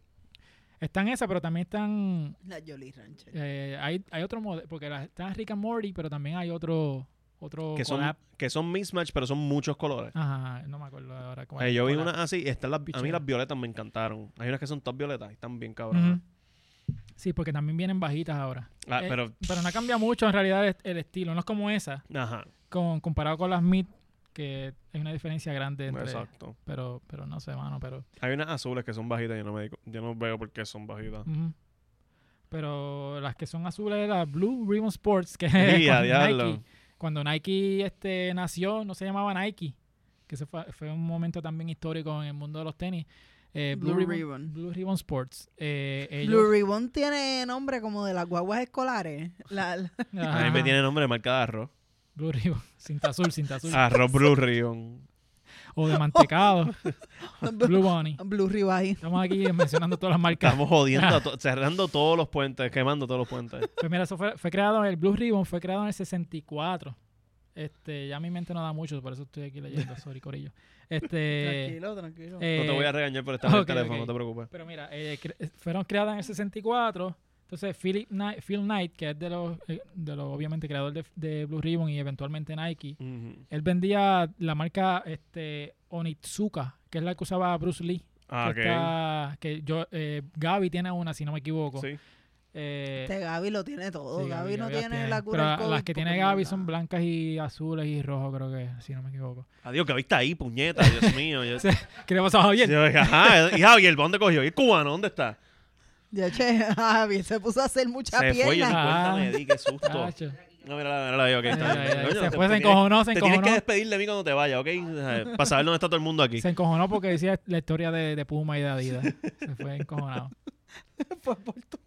Speaker 1: Están esas, pero también están
Speaker 3: La Jolly Rancher.
Speaker 1: Eh, hay, hay otro modelo, porque la- está Rick and Morty, pero también hay otro, otro
Speaker 2: Que son,
Speaker 1: collab.
Speaker 2: que son mismatch, pero son muchos colores.
Speaker 1: Ajá, no me acuerdo ahora cuál.
Speaker 2: Eh, yo vi
Speaker 1: collab.
Speaker 2: unas así. y Están las, a mí
Speaker 1: Pichea.
Speaker 2: las violetas me encantaron. Hay unas que son top violetas. y Están bien cabronas.
Speaker 1: Ujú. Sí, porque también vienen bajitas ahora.
Speaker 2: Ah,
Speaker 1: Eh,
Speaker 2: pero.
Speaker 1: Pero no cambia mucho en realidad el, el estilo. No es como esa,
Speaker 2: Ajá.
Speaker 1: con, comparado con las mid, que hay una diferencia grande entre.
Speaker 2: Exacto.
Speaker 1: Pero, pero no sé, mano, pero.
Speaker 2: Hay unas azules que son bajitas y yo no, me di cu- yo no veo por qué son bajitas.
Speaker 1: ujú. Pero las que son azules, las Blue Ribbon Sports, que es
Speaker 2: Y a
Speaker 1: con
Speaker 2: diablo.
Speaker 1: Nike. cuando Nike este, nació, no se llamaba Nike, que eso fue, fue un momento también histórico en el mundo de los tenis. Eh, Blue,
Speaker 3: Blue
Speaker 1: Ribbon,
Speaker 3: Ribbon.
Speaker 1: Blue Ribbon Sports. Eh, ellos-
Speaker 3: Blue Ribbon tiene nombre como de las guaguas escolares. La, la-
Speaker 2: A mí
Speaker 1: Ajá.
Speaker 2: me tiene nombre de marca de arroz.
Speaker 1: Blue Ribbon, cinta azul, cinta azul.
Speaker 2: Arroz Blue Ribbon.
Speaker 1: O de mantecado,
Speaker 3: Blue,
Speaker 1: Blue Eh, Bunny.
Speaker 3: Ribeye.
Speaker 1: Estamos aquí mencionando todas las marcas.
Speaker 2: Estamos jodiendo, a to- cerrando todos los puentes, quemando todos los puentes.
Speaker 1: Pues mira, eso fue, fue creado, el Blue Ribbon fue creado en el 64. Este, ya mi mente no da mucho, por eso estoy aquí leyendo, sorry, Corillo. Este,
Speaker 3: tranquilo, tranquilo.
Speaker 1: eh,
Speaker 2: No te voy a regañar por estar en el
Speaker 1: ok,
Speaker 2: teléfono,
Speaker 1: ok.
Speaker 2: no te preocupes.
Speaker 1: Pero mira, eh, cre- eh, fueron creadas en el 64. Entonces, Philip Knight, Phil Knight, que es de los, eh, de los obviamente creador de, de Blue Ribbon y eventualmente Nike,
Speaker 2: Ujú.
Speaker 1: él vendía la marca este, Onitsuka, que es la que usaba Bruce Lee.
Speaker 2: Ah,
Speaker 1: que,
Speaker 2: ok.
Speaker 1: está- que yo, eh, Gaby tiene una, si no me equivoco.
Speaker 2: Sí.
Speaker 1: Eh,
Speaker 3: Este Gaby lo tiene todo.
Speaker 1: sí,
Speaker 3: Gaby, no
Speaker 1: las
Speaker 3: tiene, la cura del
Speaker 1: Pero las
Speaker 3: COVID
Speaker 1: que tiene
Speaker 3: porque
Speaker 1: Gaby
Speaker 3: no
Speaker 1: son
Speaker 3: la-
Speaker 1: blancas y azules y rojo, creo que, si no me equivoco.
Speaker 2: Adiós, que ahorita está ahí, puñeta, Dios mío. Yo,
Speaker 1: Sí, ¿Qué le pasó a Javier?
Speaker 2: yo dije, ajá, y Javier, ¿pa' ¿dónde cogió? ¿Y el cubano? ¿Dónde está?
Speaker 3: Ya, che, Gaby se puso a hacer mucha
Speaker 2: se fue, yo ni
Speaker 3: pierna.
Speaker 2: cuenta
Speaker 1: Ah.
Speaker 2: me di, qué susto.
Speaker 1: Tacho.
Speaker 2: No, mira, mira, mira, ok, está
Speaker 1: Ay, ay,
Speaker 2: bien.
Speaker 1: ay, se
Speaker 2: Coño, te-
Speaker 1: fue,
Speaker 2: te
Speaker 1: se
Speaker 2: tienes-
Speaker 1: encojonó, se
Speaker 2: Te tienes que
Speaker 1: encojonó.
Speaker 2: despedir de mí cuando te vayas, ¿ok? Eh, Para saber dónde está todo el mundo aquí.
Speaker 1: Se encojonó porque decía la historia de, de Puma y de Adidas. Se fue encojonado.
Speaker 3: Fue por tu-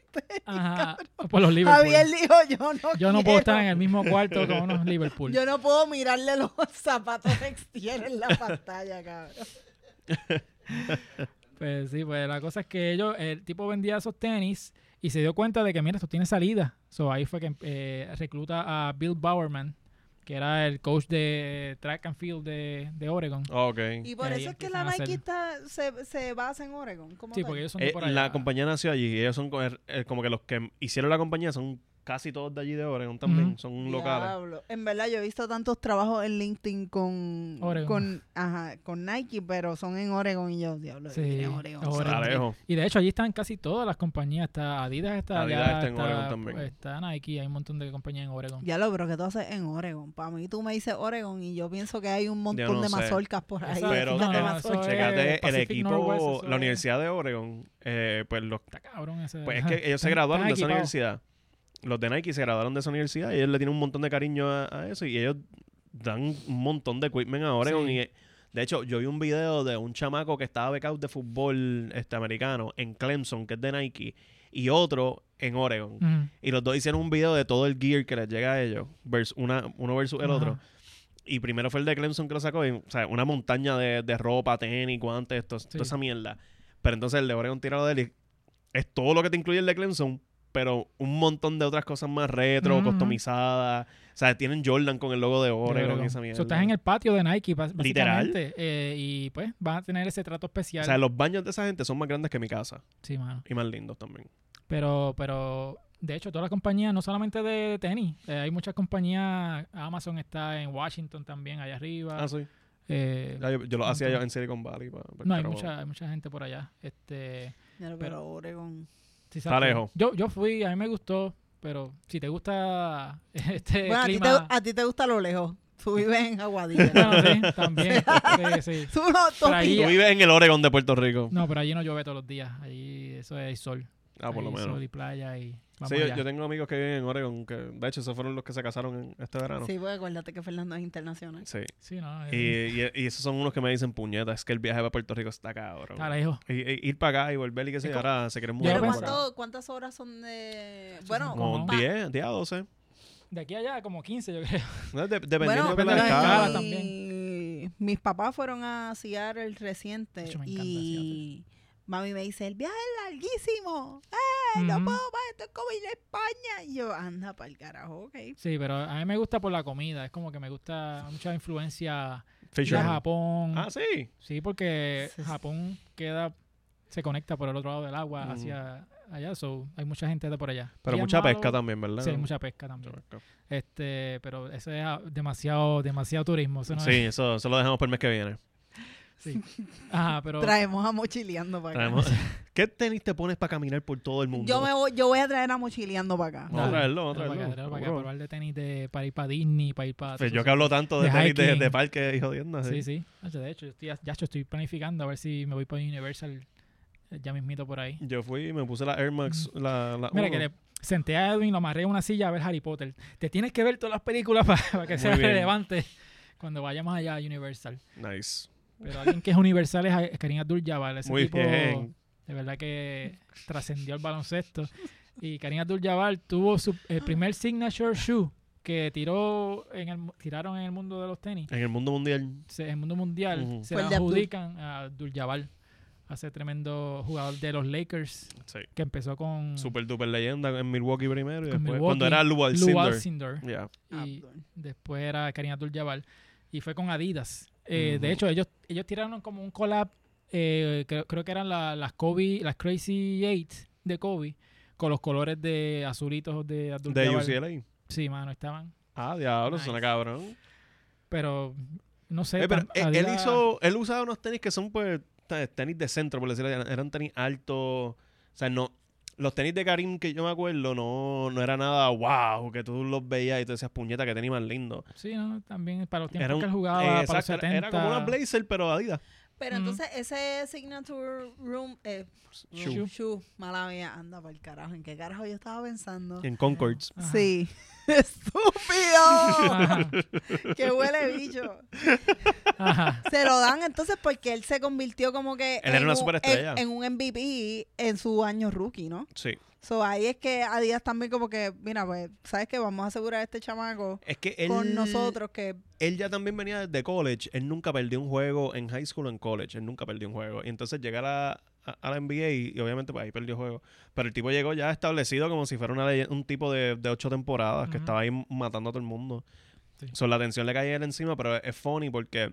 Speaker 1: Ajá. Por los Liverpool.
Speaker 3: Javier dijo, yo no
Speaker 1: yo no puedo
Speaker 3: quiero.
Speaker 1: estar en el mismo cuarto con unos Liverpool.
Speaker 3: Yo no puedo mirarle los zapatos exteriores en la pantalla, cabrón.
Speaker 1: Pues sí, pues la cosa es que ellos, el tipo vendía esos tenis y se dio cuenta de que, mira, esto tiene salida. So ahí fue que eh, recluta a Bill Bowerman, que era el coach de track and field de, de Oregon.
Speaker 2: Ok.
Speaker 3: Y por
Speaker 1: ahí
Speaker 3: eso es que la
Speaker 1: empiezan a hacer-
Speaker 3: Nike está- se, se basa en Oregon. como
Speaker 1: Sí,
Speaker 3: tal.
Speaker 1: porque ellos son de
Speaker 2: Eh,
Speaker 1: por
Speaker 2: la
Speaker 1: allá.
Speaker 2: compañía nació allí y ellos son co- er- er, como que los que hicieron la compañía son casi todos de allí de Oregon también,
Speaker 1: Ujú.
Speaker 2: son locales.
Speaker 3: Diablo. En verdad, yo he visto tantos trabajos en LinkedIn con,
Speaker 1: Oregon.
Speaker 3: con, ajá, con Nike, pero son en Oregon y yo, diablo,
Speaker 1: Sí,
Speaker 3: en Oregon.
Speaker 1: Oregon.
Speaker 2: Está lejos.
Speaker 1: Y de hecho allí están casi todas las compañías. Está Adidas, está
Speaker 2: Adidas
Speaker 1: allá,
Speaker 2: está en Oregon también.
Speaker 1: Está Nike, hay un montón de compañías en Oregon.
Speaker 3: Ya lo, pero que tú haces en Oregon. Para mí tú me dices Oregon y yo pienso que hay un montón
Speaker 2: no
Speaker 3: de
Speaker 2: sé.
Speaker 3: mazorcas por ahí.
Speaker 1: Exacto.
Speaker 2: Pero
Speaker 1: No, no,
Speaker 2: el-
Speaker 1: no, eso es
Speaker 2: chécate, el
Speaker 1: Pacific
Speaker 2: equipo,
Speaker 1: Northwest, eso
Speaker 2: la
Speaker 1: es-
Speaker 2: Universidad de Oregon, eh, pues, los,
Speaker 1: Está cabrón ese.
Speaker 2: pues es que ellos se
Speaker 1: Están-
Speaker 2: graduaron de
Speaker 1: están
Speaker 2: esa
Speaker 1: equipados.
Speaker 2: universidad. Los de Nike se graduaron de esa universidad y ellos le tienen un montón de cariño a, a eso y ellos dan un montón de equipment a Oregon
Speaker 1: Sí.
Speaker 2: y eh, de hecho yo vi un video de un chamaco que estaba becado de fútbol este americano en Clemson que es de Nike y otro en Oregon.
Speaker 1: Ujú.
Speaker 2: Y los dos hicieron un video de todo el gear que les llega a ellos, vers- una, uno versus el
Speaker 1: Ajá.
Speaker 2: otro. Y primero fue el de Clemson que lo sacó. y, o sea, una montaña de, de ropa, tenis, guantes, to- toda esa mierda. Pero entonces el de Oregon tirado de él es todo lo que te incluye el de Clemson, pero un montón de otras cosas más retro,
Speaker 1: Ujú.
Speaker 2: customizadas. O sea, tienen Jordan con el logo de Oregon y esa mierda.
Speaker 1: So, estás en el patio de Nike, bas-
Speaker 2: Literal.
Speaker 1: básicamente. Eh, y pues vas a tener ese trato especial.
Speaker 2: O sea, los baños de esa gente son más grandes que mi casa
Speaker 1: sí, mano.
Speaker 2: y más lindos también.
Speaker 1: Pero, pero, de hecho, todas las compañías, no solamente de, de tenis, eh, hay muchas compañías. Amazon está en Washington también, allá arriba.
Speaker 2: Ah, sí.
Speaker 1: Eh,
Speaker 2: Ya, yo, yo lo hacía yo en Silicon Valley. pa- pa-
Speaker 1: no, hay
Speaker 2: pero-
Speaker 1: mucha, hay mucha gente por allá. Este,
Speaker 3: Ya lo- Pero Oregon.
Speaker 1: sí,
Speaker 2: Está
Speaker 1: exacto.
Speaker 2: lejos.
Speaker 1: Yo, yo fui, a mí me gustó, pero si te gusta este
Speaker 3: Bueno, a ti, te,
Speaker 1: clima...
Speaker 3: a ti te gusta lo lejos. Tú vives en Aguadilla.
Speaker 1: Bueno, sí, también. Sí, sí.
Speaker 3: Tú no, tú-
Speaker 1: Por ahí-
Speaker 2: Tú vives en el Oregon de Puerto Rico.
Speaker 1: No, pero allí no llueve todos los días. Allí eso es hay sol.
Speaker 2: ah, por lo
Speaker 1: Hay
Speaker 2: menos.
Speaker 1: Sol y playa y... vamos
Speaker 2: Sí, yo,
Speaker 1: allá.
Speaker 2: yo tengo amigos que viven en Oregon, que de hecho esos fueron los que se casaron en este verano. Sí.
Speaker 3: Sí, pues acuérdate que Fernando es internacional.
Speaker 1: Sí, no, es-
Speaker 2: Y, y- y esos son unos que me dicen, puñeta, es que el viaje para Puerto Rico está cabrón.
Speaker 1: está lejos.
Speaker 2: Y- y- ir para acá y volver y qué sé
Speaker 1: Es
Speaker 2: yo,
Speaker 1: como-
Speaker 2: ahora se quieren
Speaker 1: Yo
Speaker 2: mudar.
Speaker 1: lo
Speaker 3: Pero
Speaker 2: para
Speaker 1: pensaba.
Speaker 2: acá.
Speaker 3: ¿cuánto- ¿cuántas horas son de...? Bueno,
Speaker 1: como-
Speaker 2: Como
Speaker 1: Ajá.
Speaker 2: 10, 10 a 12.
Speaker 1: De aquí a allá como 15, yo creo.
Speaker 2: No, de- dependiendo
Speaker 3: bueno
Speaker 2: de
Speaker 1: depende
Speaker 2: la
Speaker 1: de la escala
Speaker 2: escala.
Speaker 1: también.
Speaker 3: mi- mis papás fueron a Seattle reciente
Speaker 1: De hecho, me encanta
Speaker 3: y mami me dice, el viaje es larguísimo. ¡Eh, no
Speaker 1: Ujú.
Speaker 3: puedo más, esto es como ir a España. Y yo, anda para el carajo, ok.
Speaker 1: Sí, pero a mí me gusta por la comida. Es como que me gusta mucha influencia de
Speaker 2: Fisher.
Speaker 1: Japón.
Speaker 2: Ah, sí.
Speaker 1: Sí, porque
Speaker 3: Sí, sí.
Speaker 1: Japón queda... Se conecta por el otro lado del agua
Speaker 2: Mm.
Speaker 1: hacia allá. So, hay mucha gente de por allá.
Speaker 2: Pero
Speaker 1: Y es
Speaker 2: mucha
Speaker 1: malo-
Speaker 2: pesca también, ¿verdad?
Speaker 1: Sí, hay mucha pesca
Speaker 2: Mucha
Speaker 1: también.
Speaker 2: pesca.
Speaker 1: Este, pero eso es ah, demasiado, demasiado turismo. Eso no
Speaker 2: Sí, eso, eso lo dejamos para el mes que viene.
Speaker 1: es- Ajá, pero
Speaker 3: Traemos a Mochileando para acá.
Speaker 2: Traemos- ¿Qué tenis te pones para caminar por todo el mundo?
Speaker 3: Yo, me voy, yo voy a traer a Mochileando para acá.
Speaker 2: Vamos a
Speaker 1: Dale,
Speaker 2: traerlo, vamos a
Speaker 1: Pero para acá,
Speaker 2: traerlo,
Speaker 1: pero para acá,
Speaker 2: seguro.
Speaker 1: probar de tenis de, para ir para Disney, para ir para...
Speaker 2: Pues yo que hablo tanto de,
Speaker 1: De
Speaker 2: tenis de,
Speaker 1: hiking.
Speaker 2: de parque y jodiendo.
Speaker 1: Sí,
Speaker 2: así.
Speaker 1: sí. Hacho, De hecho, yo estoy, ya yo estoy planificando a ver si me voy para Universal eh, ya mismito por ahí.
Speaker 2: Yo fui y me puse la Air Max. La, la
Speaker 1: Mm. Mira,
Speaker 2: uno.
Speaker 1: que le senté a Edwin, lo amarré a una silla a ver Harry Potter. Te tienes que ver todas las películas para, que
Speaker 2: Muy
Speaker 1: sea
Speaker 2: bien.
Speaker 1: relevante cuando vayamos allá a Universal.
Speaker 2: Nice.
Speaker 1: Pero alguien que es Universal es a- Karim Abdul-Jabbar. Ese
Speaker 2: Muy
Speaker 1: tipo
Speaker 2: bien.
Speaker 1: de verdad que trascendió el baloncesto. Y Karim Abdul-Jabbar tuvo su, el primer signature shoe que tiró en el, mu- tiraron en el mundo de los tenis.
Speaker 2: En el mundo mundial.
Speaker 1: se- en el mundo mundial
Speaker 2: Ujú.
Speaker 1: se
Speaker 3: Fue
Speaker 1: la
Speaker 3: el de Abdul.
Speaker 1: adjudican a Abdul Jabbar a ese tremendo jugador de los Lakers
Speaker 2: Sí.
Speaker 1: que empezó con
Speaker 2: Super duper leyenda en Milwaukee primero. Y
Speaker 1: Mm. Con
Speaker 2: después,
Speaker 1: Milwaukee,
Speaker 2: cuando era Lou
Speaker 1: Lou
Speaker 2: Alcindor.
Speaker 1: Alcindor
Speaker 2: Yeah.
Speaker 1: y
Speaker 3: Abdul.
Speaker 1: después era Karim Abdul Jabbar y fue con Adidas Eh,
Speaker 2: Ujú.
Speaker 1: de hecho ellos ellos tiraron como un collab eh, creo, creo que eran la- las Kobe las Crazy Eight de Kobe con los colores de azulitos de Abdul
Speaker 2: De
Speaker 1: Jabbar
Speaker 2: UCLA.
Speaker 1: sí mano estaban
Speaker 2: Ah, diablo,
Speaker 1: Nice.
Speaker 2: suena cabrón.
Speaker 1: pero no sé
Speaker 2: Eh, pero
Speaker 1: tam-
Speaker 2: él- él,
Speaker 1: Adidas-
Speaker 2: hizo, él usaba unos tenis que son pues ta- tenis de centro, por decirlo así, eran tenis altos, o sea, no, los tenis de Karim que yo me acuerdo no, no era nada wow, que tú los veías y tú decías puñeta que tenis más lindo.
Speaker 1: sí no también para los tiempos
Speaker 2: Era un-
Speaker 1: que él jugaba
Speaker 2: eh,
Speaker 1: para los
Speaker 2: exacto, era- era como una
Speaker 1: 70.
Speaker 2: blazer pero Adidas.
Speaker 3: Pero
Speaker 1: Ujú.
Speaker 3: entonces ese signature room, eh,
Speaker 2: Shoe.
Speaker 3: room- shoe, mala mía, anda para el carajo. ¿En qué carajo yo estaba pensando?
Speaker 2: En Concords.
Speaker 1: Ajá.
Speaker 3: Sí. ¡Estúpido!
Speaker 1: Ajá,
Speaker 3: ¡Qué huele bicho!
Speaker 1: ajá.
Speaker 3: Se lo dan entonces porque él se convirtió como que.
Speaker 2: Él era una
Speaker 3: un-
Speaker 2: superestrella.
Speaker 3: En, en un MVP en su año rookie, ¿no?
Speaker 2: Sí.
Speaker 3: So ahí es que Adidas también, como que, mira, pues, ¿sabes qué? Vamos a asegurar a este chamaco
Speaker 2: Es que él,
Speaker 3: con nosotros que.
Speaker 2: él ya también venía desde college, él nunca perdió un juego en high school o en college, él nunca perdió un juego. Y entonces llegar a, a, a la NBA y, y obviamente pues ahí perdió juego. Pero el tipo llegó ya establecido como si fuera una leye- un tipo de, de ocho temporadas que
Speaker 1: Ujú.
Speaker 2: estaba ahí matando a todo el mundo.
Speaker 1: Sí.
Speaker 2: So, la atención le caía a él encima, pero es, es funny porque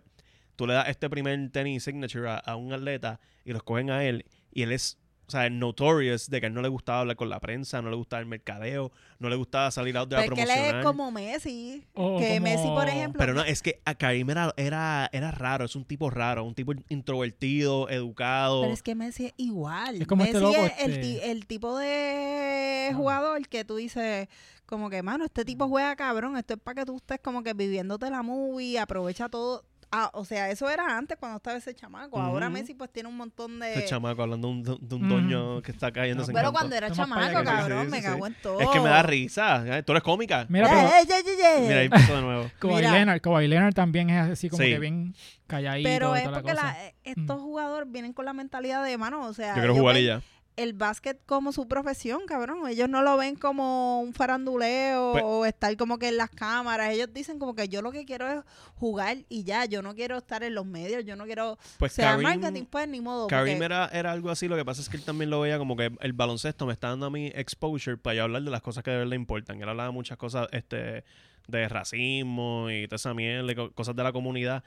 Speaker 2: tú le das este primer tenis signature a, a un atleta y los cogen a él y él es... O sea, notorious de que a él no le gustaba hablar con la prensa, no le gustaba el mercadeo, no le gustaba salir out de
Speaker 3: Pues
Speaker 2: a
Speaker 3: que él
Speaker 2: promocionar.
Speaker 3: es como Messi.
Speaker 1: O
Speaker 3: que
Speaker 1: como-
Speaker 3: Messi, por ejemplo.
Speaker 2: Pero no, es que a Karim era, era, era raro, es un tipo raro, un tipo introvertido, educado.
Speaker 3: Pero es que Messi es igual.
Speaker 1: Es como
Speaker 3: Messi
Speaker 1: este loco,
Speaker 3: es el, ti-
Speaker 1: este-
Speaker 3: el tipo de jugador que tú dices, como que, mano, este tipo juega cabrón, esto es para que tú estés como que viviéndote la movie, aprovecha todo. Ah, o sea, eso era antes cuando estaba ese chamaco. Ahora
Speaker 2: Ujú.
Speaker 3: Messi pues tiene un montón de...
Speaker 2: Ese chamaco hablando de un, de un
Speaker 1: Mm.
Speaker 2: doño que está cayéndose en
Speaker 3: Pero
Speaker 2: canto.
Speaker 3: cuando era
Speaker 1: Está más para
Speaker 3: chamaco,
Speaker 1: allá que-
Speaker 2: sí,
Speaker 3: cabrón,
Speaker 2: sí,
Speaker 3: me
Speaker 2: sí.
Speaker 3: cago en todo.
Speaker 2: Es que me da risa. ¿eh? Tú eres cómica.
Speaker 1: Mira,
Speaker 3: Ya,
Speaker 1: pero
Speaker 3: eh, ya, ya, ya.
Speaker 2: Mira, ahí empezó de nuevo.
Speaker 1: Kawhi
Speaker 3: Mira.
Speaker 1: Leonard, Kawhi Leonard también es así como
Speaker 2: Sí.
Speaker 1: que bien calladito
Speaker 3: Pero
Speaker 1: y
Speaker 3: es
Speaker 1: toda la
Speaker 3: porque eh,
Speaker 1: cosa. Mm.
Speaker 3: la- estos jugadores vienen con la mentalidad de, mano, o sea...
Speaker 2: Yo quiero
Speaker 3: yo
Speaker 2: jugar
Speaker 3: pe-
Speaker 2: y ya.
Speaker 3: el básquet como su profesión, cabrón. Ellos no lo ven como un faranduleo
Speaker 2: Pues-
Speaker 3: o estar como que en las cámaras. Ellos dicen como que yo lo que quiero es jugar y ya. Yo no quiero estar en los medios. Yo no quiero...
Speaker 2: Pues
Speaker 3: sea
Speaker 2: Karim-
Speaker 3: marketing, pues, ni modo.
Speaker 2: Karim
Speaker 3: porque-
Speaker 2: era, era algo así, lo que pasa es que él también lo veía como que el baloncesto me está dando a mí exposure para yo hablar de las cosas que de verdad importan. Él hablaba de muchas cosas este, de racismo y toda esa mierda, y co- cosas de la comunidad.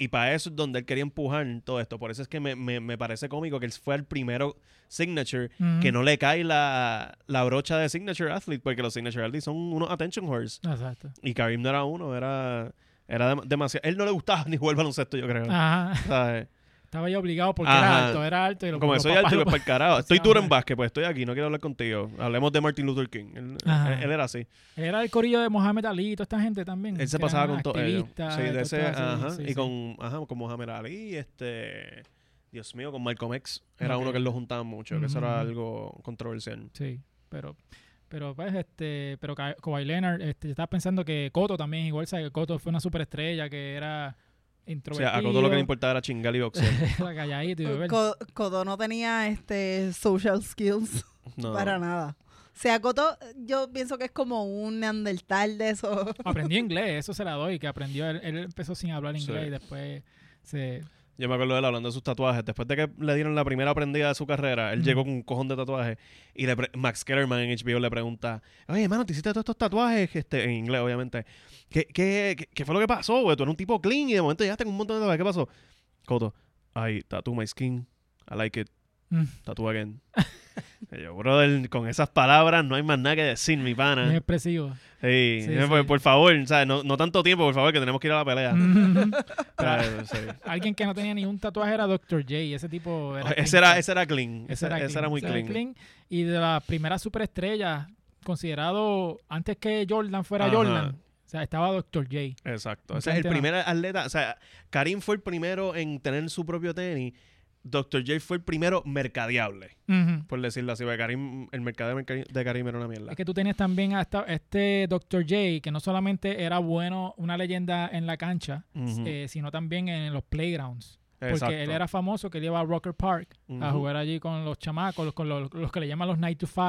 Speaker 2: Y para eso es donde él quería empujar todo esto. Por eso es que me, me- me parece cómico que él fue el primero signature
Speaker 1: Ujú.
Speaker 2: que no le cae la, la brocha de signature athlete, porque los signature athletes son unos attention horse.
Speaker 1: Exacto.
Speaker 2: Y Karim no era uno, era, era dem- demasiado. Él no le gustaba ni jugar baloncesto, yo creo.
Speaker 1: Ajá.
Speaker 2: ¿Sabes?
Speaker 1: Estaba yo obligado porque
Speaker 2: Ajá.
Speaker 1: era alto, era alto. Y lo,
Speaker 2: Como
Speaker 1: los
Speaker 2: soy
Speaker 1: papás
Speaker 2: alto,
Speaker 1: lo-
Speaker 2: pues para el carajo. Estoy
Speaker 1: Sí,
Speaker 2: duro en
Speaker 1: hombre.
Speaker 2: básquet, pues estoy aquí, no quiero hablar contigo. Hablemos de Martin Luther King. Él,
Speaker 1: Ajá.
Speaker 2: él- él era así.
Speaker 1: Él era el corillo de Mohamed Ali y toda esta gente también.
Speaker 2: Él se
Speaker 1: que
Speaker 2: pasaba
Speaker 1: eran
Speaker 2: con todo ello.
Speaker 1: activistas
Speaker 2: Sí,
Speaker 1: y
Speaker 2: de
Speaker 1: todo
Speaker 2: ese,
Speaker 1: esto así,
Speaker 2: ajá.
Speaker 1: sí,
Speaker 2: y
Speaker 1: sí.
Speaker 2: con, ajá, con Mohamed Ali, este. Dios mío, con Malcolm X. Era
Speaker 1: Ok. Mm.
Speaker 2: uno que él lo juntaban mucho, que eso
Speaker 1: Ujú.
Speaker 2: era algo controversial.
Speaker 1: Sí, pero, pero pues, este, pero Ka- Kawhi Leonard, este, yo estaba pensando que Coto también, igual, ¿sabes? que Coto fue una superestrella que era
Speaker 2: O
Speaker 1: introvertido.
Speaker 2: sea, a todo lo que le importaba era chingar y boxear.
Speaker 1: era calladito y beber.
Speaker 3: Co- Cotto no tenía este social skills
Speaker 2: No.
Speaker 3: para nada. O sea, Coto, yo pienso que es como un neandertal de eso.
Speaker 1: Aprendió inglés, eso se la doy, que aprendió, él, él empezó sin hablar
Speaker 2: Sí. Eh.
Speaker 1: inglés y después se...
Speaker 2: Yo me acuerdo de él hablando de sus tatuajes. Después de que le dieron la primera prendida de su carrera, él
Speaker 1: Mm.
Speaker 2: llegó con un cojón de tatuajes. Y le pre- Max Kellerman en HBO le pregunta: Oye, hermano, ¿te hiciste todos estos tatuajes? Este, en inglés, obviamente. ¿Qué, qué, qué, qué fue lo que pasó? güey? Tú eres un tipo clean y de momento llegaste con un montón de tatuajes. ¿Qué pasó? Coto, I tattoo my skin. I like it.
Speaker 1: Mm.
Speaker 2: Tattoo again. Y yo, brother, con esas palabras no hay más nada que decir, mi
Speaker 1: Es
Speaker 2: pana.
Speaker 1: expresivo.
Speaker 2: Ey,
Speaker 1: Sí,
Speaker 2: eh, por,
Speaker 1: sí. Mm.
Speaker 2: por favor, ¿sabes? No, no tanto tiempo, por favor, que tenemos que ir a la pelea. ¿Sabes? Sí.
Speaker 1: Alguien que no tenía ni un tatuaje era Dr. J, ese tipo era...
Speaker 2: Ese
Speaker 1: clean
Speaker 2: era,
Speaker 1: cut.
Speaker 2: ese era clean. Ese, era, ese era muy
Speaker 1: ese
Speaker 2: clean.
Speaker 1: Y de las primeras superestrellas, considerado antes que Jordan fuera
Speaker 2: Ajá.
Speaker 1: Jordan, o sea, estaba Dr. J.
Speaker 2: Exacto.
Speaker 1: Un
Speaker 2: Ese es el
Speaker 1: cantera.
Speaker 2: primer atleta. O sea, Karim fue el primero en tener su propio tenis. Dr. J fue el primero mercadeable,
Speaker 1: Ujú.
Speaker 2: por decirlo así. Porque Karim, el mercadeo de Karim- de Karim era una mierda.
Speaker 1: Es que tú tenías también a esta- este Dr. J, que no solamente era bueno, una leyenda en la cancha,
Speaker 2: Ujú.
Speaker 1: eh, sino también en los playgrounds. Porque
Speaker 2: Exacto.
Speaker 1: él era famoso que él iba a Rocker Park a
Speaker 2: Ujú.
Speaker 1: jugar allí con los chamacos, los, con los, los que le llaman los 9 to 5,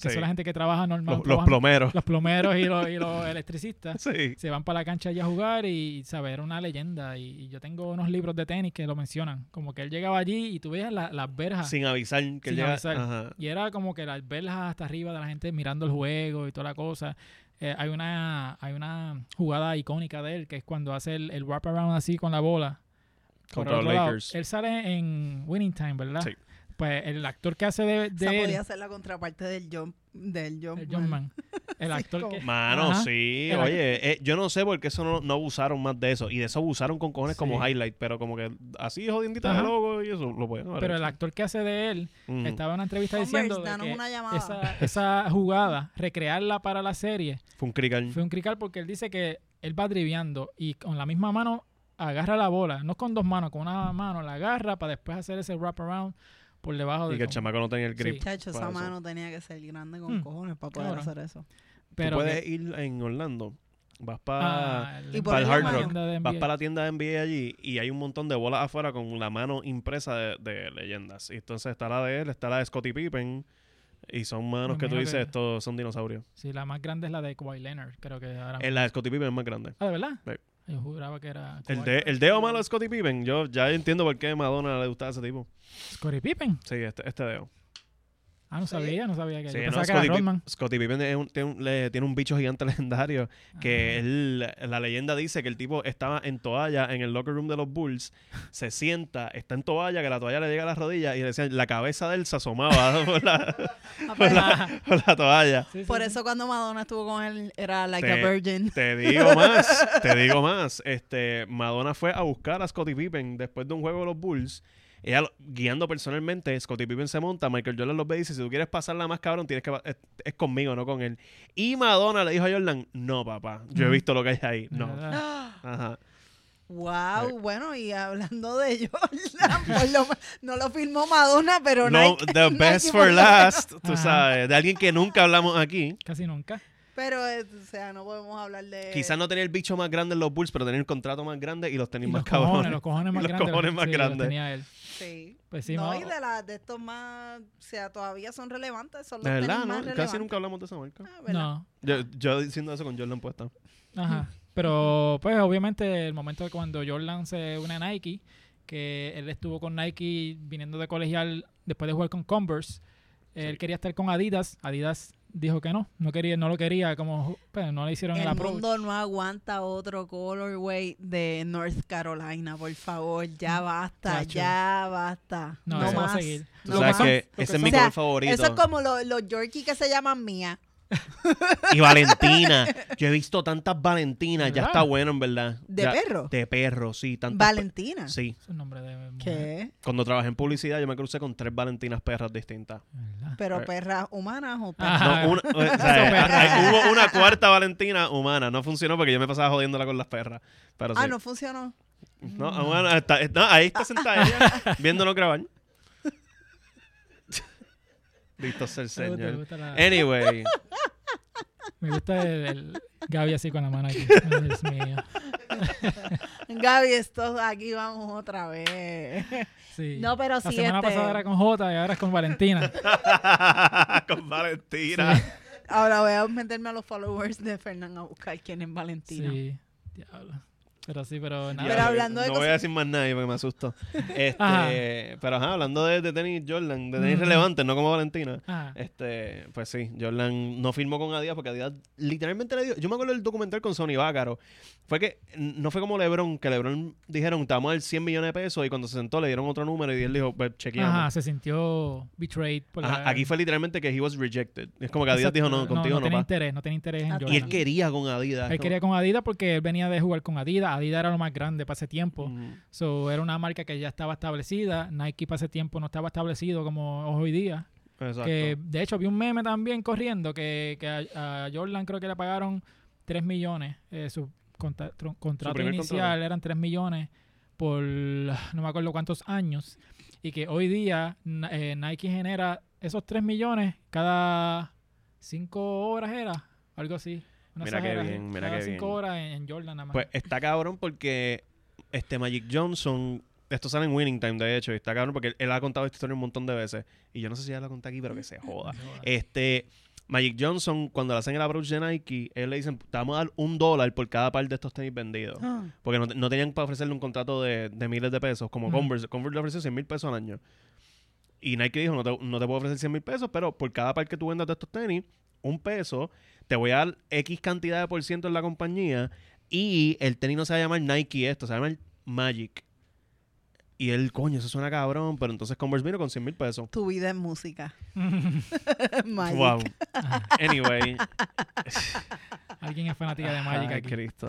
Speaker 1: que
Speaker 2: Sí.
Speaker 1: son la gente que trabaja normal.
Speaker 2: Los, los
Speaker 1: trabajan-
Speaker 2: plomeros.
Speaker 1: los plomeros y los, y los electricistas.
Speaker 2: Sí.
Speaker 1: Se van para la cancha allí a jugar y saber una leyenda. Y, y yo tengo unos libros de tenis que lo mencionan. Como que él llegaba allí y tú veías la- las verjas.
Speaker 2: Sin avisar que
Speaker 1: Sin
Speaker 2: llega.
Speaker 1: avisar.
Speaker 2: Ajá.
Speaker 1: Y era como que las verlas hasta arriba de la gente mirando el juego y toda la cosa. Eh, hay, una, hay una jugada icónica de él, que es cuando hace el, el wraparound así con la bola. Por
Speaker 2: Contra los
Speaker 1: otro lado,
Speaker 2: Lakers.
Speaker 1: él sale en Winning Time, ¿verdad?
Speaker 2: Sí.
Speaker 1: Pues el actor que hace de,
Speaker 3: O
Speaker 1: de
Speaker 3: sea,
Speaker 1: él,
Speaker 3: podía ser la contraparte del John, del John,
Speaker 1: el John
Speaker 3: Man.
Speaker 1: Man, el
Speaker 3: Sí,
Speaker 1: actor
Speaker 3: como-
Speaker 1: que...
Speaker 2: Mano,
Speaker 1: Ajá.
Speaker 2: sí.
Speaker 1: Era-
Speaker 2: Oye, eh, yo no sé por qué eso no, no abusaron más de eso. Y de eso abusaron con cojones como
Speaker 1: Sí.
Speaker 2: highlight. Pero como que así jodiendita de
Speaker 1: Ajá.
Speaker 2: logo y eso lo pueden haber
Speaker 1: Pero el
Speaker 2: hecho.
Speaker 1: actor que hace de él
Speaker 2: Ujú.
Speaker 1: estaba en una entrevista
Speaker 3: Converse,
Speaker 1: diciendo de
Speaker 3: danos
Speaker 1: que
Speaker 3: una llamada.
Speaker 1: esa, esa jugada, recrearla para la serie,
Speaker 2: Fue un crical.
Speaker 1: Fue un crical porque él dice que él va driviando y con la misma mano agarra la bola, no con dos manos, con una mano la agarra para después hacer ese wraparound por debajo
Speaker 2: Y
Speaker 1: de
Speaker 2: que el chamaco no tenía el grip.
Speaker 1: Sí.
Speaker 3: Chacho, esa
Speaker 2: Para eso.
Speaker 3: mano tenía que ser grande con
Speaker 1: Hmm.
Speaker 3: cojones para poder
Speaker 1: Cabrón.
Speaker 3: hacer eso.
Speaker 2: Tú
Speaker 1: Pero
Speaker 2: puedes
Speaker 1: que-
Speaker 2: ir en Orlando. Vas para
Speaker 1: ah,
Speaker 3: Y
Speaker 1: la-
Speaker 3: por
Speaker 1: la
Speaker 3: el Hard
Speaker 1: mano
Speaker 3: Rock,
Speaker 1: de
Speaker 2: vas
Speaker 1: NBA.
Speaker 2: para la tienda de NBA allí y hay un montón de bolas afuera con la mano impresa de, de leyendas. Y entonces está la de él, está la de Scottie Pippen. Y son manos
Speaker 1: Me
Speaker 2: que tú
Speaker 1: imagino
Speaker 2: dices,
Speaker 1: Pues que-
Speaker 2: estos son dinosaurios.
Speaker 1: Sí, la más grande es la de Kawhi Leonard, creo que ahora.
Speaker 2: Eh, la de Scottie Pippen es más grande.
Speaker 1: ah, ¿de verdad?
Speaker 2: Sí.
Speaker 1: Yo juraba que era
Speaker 2: El,
Speaker 1: Kawhi.
Speaker 2: de- el dedo malo de Scottie Pippen, yo ya entiendo por qué Madonna le gustaba a ese tipo.
Speaker 1: Scottie Pippen.
Speaker 2: Sí, este, este dedo.
Speaker 1: Ah, no sabía, no sabía que yo
Speaker 2: Sí, no,
Speaker 1: pensaba que era
Speaker 2: Scottie, Pip-
Speaker 1: Rodman.
Speaker 2: Scottie Pippen es un- tiene, un, le- tiene un bicho gigante legendario que él- la leyenda dice que el tipo estaba en toalla en el locker room de los Bulls, se sienta, está en toalla, que la toalla le llega a las rodillas y le decían, la cabeza de él se asomaba por la, por la- por la toalla.
Speaker 1: Ah, Sí, sí,
Speaker 3: Por
Speaker 1: sí.
Speaker 3: eso cuando Madonna estuvo con él era like
Speaker 2: Te-
Speaker 3: a virgin.
Speaker 2: Te digo más, te digo más. Este, Madonna fue a buscar a Scottie Pippen después de un juego de los Bulls. Ella lo- guiando personalmente, Scottie Pippen se monta, Michael Jordan los ve y dice, si tú quieres pasarla más cabrón, tienes que pa- es, es conmigo, no con él. Y Madonna le dijo a Jordan, no papá, yo he
Speaker 1: Ujú.
Speaker 2: visto lo que hay ahí.
Speaker 1: De
Speaker 2: No.
Speaker 1: verdad.
Speaker 2: Ajá.
Speaker 3: Wow,
Speaker 2: Sí.
Speaker 3: bueno, y hablando de Jordan, por lo me- no lo filmó Madonna, pero
Speaker 2: No,
Speaker 3: Nike-
Speaker 2: the
Speaker 3: Nike
Speaker 2: best
Speaker 3: por
Speaker 2: for
Speaker 3: lo
Speaker 2: last, tú
Speaker 1: Ajá.
Speaker 2: sabes, de alguien que nunca hablamos aquí.
Speaker 1: Casi nunca.
Speaker 3: menos. Pero, eh, o sea, no podemos hablar de.
Speaker 2: Quizás no tenía el bicho más grande en los Bulls, pero tenía el contrato más grande y los
Speaker 1: Y
Speaker 2: tenis más
Speaker 1: los
Speaker 2: cabrones.
Speaker 1: cojones, los cojones más
Speaker 2: Los
Speaker 1: grandes.
Speaker 2: cojones más
Speaker 1: sí, los
Speaker 2: grandes.
Speaker 1: tenía él.
Speaker 3: Sí.
Speaker 1: Pues sí,
Speaker 3: no,
Speaker 1: ma-
Speaker 3: y de, la, de estos más. O sea, todavía son relevantes. Son los
Speaker 2: De verdad,
Speaker 3: tenis
Speaker 2: ¿no?
Speaker 3: más
Speaker 2: Casi
Speaker 3: relevantes.
Speaker 2: nunca hablamos de esa marca.
Speaker 3: Ah, ¿verdad?
Speaker 1: no.
Speaker 2: Yo, yo diciendo eso con Jordan puesta.
Speaker 1: Ajá. Pero, pues, obviamente, el momento de cuando Jordan se une a Nike, que él estuvo con Nike viniendo de colegial después de jugar con Converse, él
Speaker 2: Sí.
Speaker 1: quería estar con Adidas. Adidas dijo que no, no quería, no lo quería, como pues, no le hicieron el,
Speaker 3: El
Speaker 1: approach.
Speaker 3: mundo no aguanta otro colorway de North Carolina, por favor, ya basta,
Speaker 1: Mm. Chacho.
Speaker 3: ya basta.
Speaker 1: No,
Speaker 3: No,
Speaker 1: eso va a
Speaker 3: más.
Speaker 1: seguir.
Speaker 2: Tú
Speaker 3: no
Speaker 2: sabes
Speaker 3: más.
Speaker 2: que
Speaker 1: Lo que
Speaker 2: ese es
Speaker 1: son-
Speaker 2: mi
Speaker 3: O sea,
Speaker 2: color favorito.
Speaker 3: Eso es como lo- los Yorkie que se llaman mía.
Speaker 2: Y Valentina. Yo he visto tantas Valentinas. Ya
Speaker 1: ¿Verdad?
Speaker 2: está bueno, en verdad.
Speaker 3: ¿De
Speaker 2: Ya-
Speaker 3: perro?
Speaker 2: De perro, sí. Tantas pe-
Speaker 3: Valentina.
Speaker 2: Sí.
Speaker 1: Es un nombre de mujer,
Speaker 3: ¿Qué?
Speaker 2: Cuando trabajé en publicidad, yo me crucé con tres Valentinas perras distintas.
Speaker 1: ¿verdad?
Speaker 3: Pero
Speaker 2: Eh.
Speaker 3: perras humanas o
Speaker 1: Ah.
Speaker 3: perras.
Speaker 1: Ajá.
Speaker 2: No, una- o sea, eh,
Speaker 1: perra.
Speaker 2: hay- hubo una cuarta Valentina humana. No funcionó porque yo me pasaba jodiéndola con las perras. Pero sí.
Speaker 3: Ah, no funcionó.
Speaker 2: No, ah, bueno, está- no, ahí está sentada ella, viéndonos grabar. Listo, sea
Speaker 1: Me
Speaker 2: el
Speaker 1: gusta- Me
Speaker 2: señor. Eh.
Speaker 1: gusta, la-
Speaker 2: Anyway,
Speaker 1: me gusta el, el Gaby así con la mano aquí. Ay, Dios mío.
Speaker 3: Gaby, esto aquí vamos otra vez.
Speaker 1: Sí.
Speaker 3: No, pero
Speaker 1: La
Speaker 3: sí,
Speaker 1: semana
Speaker 3: este-
Speaker 1: pasada era con Jota y ahora es con Valentina.
Speaker 2: con Valentina.
Speaker 1: Sí.
Speaker 3: Ahora voy a meterme a los followers de Fernán a buscar quién es Valentina.
Speaker 1: Sí, diablo. Pero sí, pero nada.
Speaker 2: Ya,
Speaker 3: Pero hablando de
Speaker 2: No
Speaker 3: cosas-
Speaker 2: voy a decir más nada porque me asustó.
Speaker 1: Ajá.
Speaker 2: Este, pero ajá, hablando de, de tenis Jordan, de tenis
Speaker 1: Ujú.
Speaker 2: relevante, no como Valentina.
Speaker 1: Ah,
Speaker 2: Este, pues sí, Jordan no firmó con Adidas porque Adidas literalmente le dio. Yo me acuerdo del documental con Sony Bácaro. Fue que n- no fue como LeBron, que LeBron dijeron, te vamos a dar 100 millones de pesos y cuando se sentó le dieron otro número y él dijo, pues chequeamos.
Speaker 1: ajá, se sintió betrayed. Por
Speaker 2: Ajá,
Speaker 1: la-
Speaker 2: aquí fue literalmente que he was rejected. Es como que Adidas
Speaker 1: Exacto,
Speaker 2: dijo, no, contigo
Speaker 1: No,
Speaker 2: no,
Speaker 1: tenía
Speaker 2: va.
Speaker 1: interés, no tenía interés en
Speaker 3: Ah,
Speaker 1: Jordan.
Speaker 2: Y él quería con Adidas.
Speaker 1: Él
Speaker 2: como-
Speaker 1: quería con Adidas porque él venía de jugar con Adidas. Adidas era lo más grande para ese tiempo.
Speaker 2: Ujú.
Speaker 1: So, era una marca que ya estaba establecida. Nike para ese tiempo no estaba establecido como hoy día.
Speaker 2: Exacto.
Speaker 1: Que, de hecho, vi un meme también corriendo que, que a, a Jordan creo que le pagaron 3 millones. eh, su contra- tru- contrato
Speaker 2: primer
Speaker 1: inicial
Speaker 2: contrato.
Speaker 1: eran 3 millones por no me acuerdo cuántos años. Y que hoy día na- eh, Nike genera esos 3 millones cada 5 horas, era algo así. Una
Speaker 2: Mira qué
Speaker 1: exageración,
Speaker 2: bien, mira
Speaker 1: cada
Speaker 2: qué
Speaker 1: 5
Speaker 2: bien.
Speaker 1: horas en, en Jordan nada más.
Speaker 2: Pues está cabrón porque este Magic Johnson, esto sale en Winning Time de hecho, y está cabrón porque él, él ha contado esta historia un montón de veces y yo no sé si ya la conté aquí, pero que se joda. Este Magic Johnson, cuando le hacen el approach de Nike, él le dicen, te vamos a dar un dólar por cada par de estos tenis vendidos.
Speaker 3: Ah.
Speaker 2: Porque no, no tenían para ofrecerle un contrato de, de miles de pesos, como
Speaker 1: Ujú.
Speaker 2: Converse. Converse le ofreció 100 mil pesos al año. Y Nike dijo, no te, no te puedo ofrecer 100 mil pesos, pero por cada par que tú vendas de estos tenis, un peso, te voy a dar X cantidad de por ciento en la compañía y el tenis no se va a llamar Nike esto, se va a llamar Magic. Y él, coño, eso suena cabrón, pero entonces Converse vino con 100 mil pesos.
Speaker 3: Tu vida en música. Magic.
Speaker 2: Wow. Anyway,
Speaker 1: Alguien es fanática de Magic
Speaker 2: Ay,
Speaker 1: aquí.
Speaker 2: Cristo.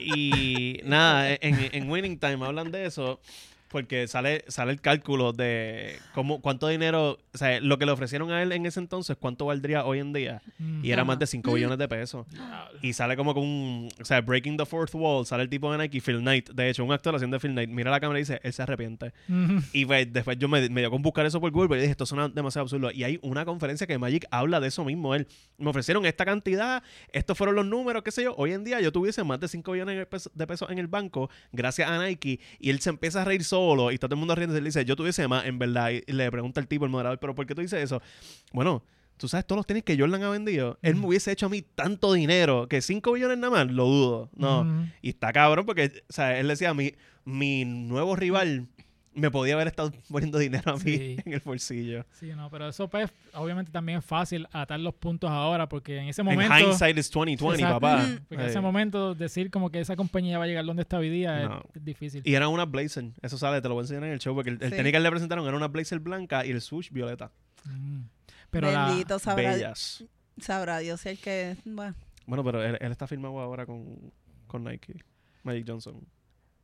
Speaker 2: Y nada, en, en Winning Time hablan de eso porque sale, sale el cálculo de cómo, cuánto dinero, o sea, lo que le ofrecieron a él en ese entonces, cuánto valdría hoy en día.
Speaker 1: Mm.
Speaker 2: Y era más
Speaker 3: Ajá.
Speaker 2: de 5 billones de pesos.
Speaker 1: Diablo.
Speaker 2: Y sale como con un, o sea, Breaking the Fourth Wall, sale el tipo de Nike, Phil Knight, de hecho, un actor haciendo de Phil Knight, mira la cámara y dice, él se arrepiente.
Speaker 1: Ujú.
Speaker 2: Y pues, después yo me, me dio con buscar eso por Google, pero dije, esto suena demasiado absurdo. Y hay una conferencia que Magic habla de eso mismo. Él, me ofrecieron esta cantidad, estos fueron los números, qué sé yo. Hoy en día yo tuviese más de 5 billones de pesos- de pesos en el banco, gracias a Nike. Y él se empieza a reír solo y está todo el mundo riendo. Él dice, yo tuviese más, en verdad. Y le pregunta al tipo, el moderador, pero ¿por qué tú dices eso? Bueno, tú sabes todos los tenis que Jordan ha vendido. Él me
Speaker 1: Ujú.
Speaker 2: hubiese hecho a mí tanto dinero que 5 billones nada más, lo dudo. No.
Speaker 1: Ujú.
Speaker 2: Y está cabrón porque, o sea, él decía, mi, mi nuevo rival me podía haber estado poniendo dinero a mí
Speaker 1: Sí.
Speaker 2: en el bolsillo.
Speaker 1: Sí, no, pero eso pues, obviamente también es fácil atar los puntos ahora porque en ese
Speaker 2: En
Speaker 1: momento...
Speaker 2: hindsight is 2020,
Speaker 1: Exacto.
Speaker 2: papá.
Speaker 1: Porque en
Speaker 2: Eh,
Speaker 1: ese momento decir como que esa compañía va a llegar donde está hoy día es-
Speaker 2: No.
Speaker 1: es, difícil.
Speaker 2: Y era una blazer. Eso sale, te lo voy a enseñar en el show porque el, el
Speaker 3: Sí.
Speaker 2: tenis que le presentaron era una blazer blanca y el swoosh violeta.
Speaker 1: Mm. Pero la-
Speaker 3: Bendito, sabrá,
Speaker 2: Bellas.
Speaker 3: sabrá Dios si el que. Bueno,
Speaker 2: Bueno, pero él, él está firmado ahora con, con Nike. Magic Johnson.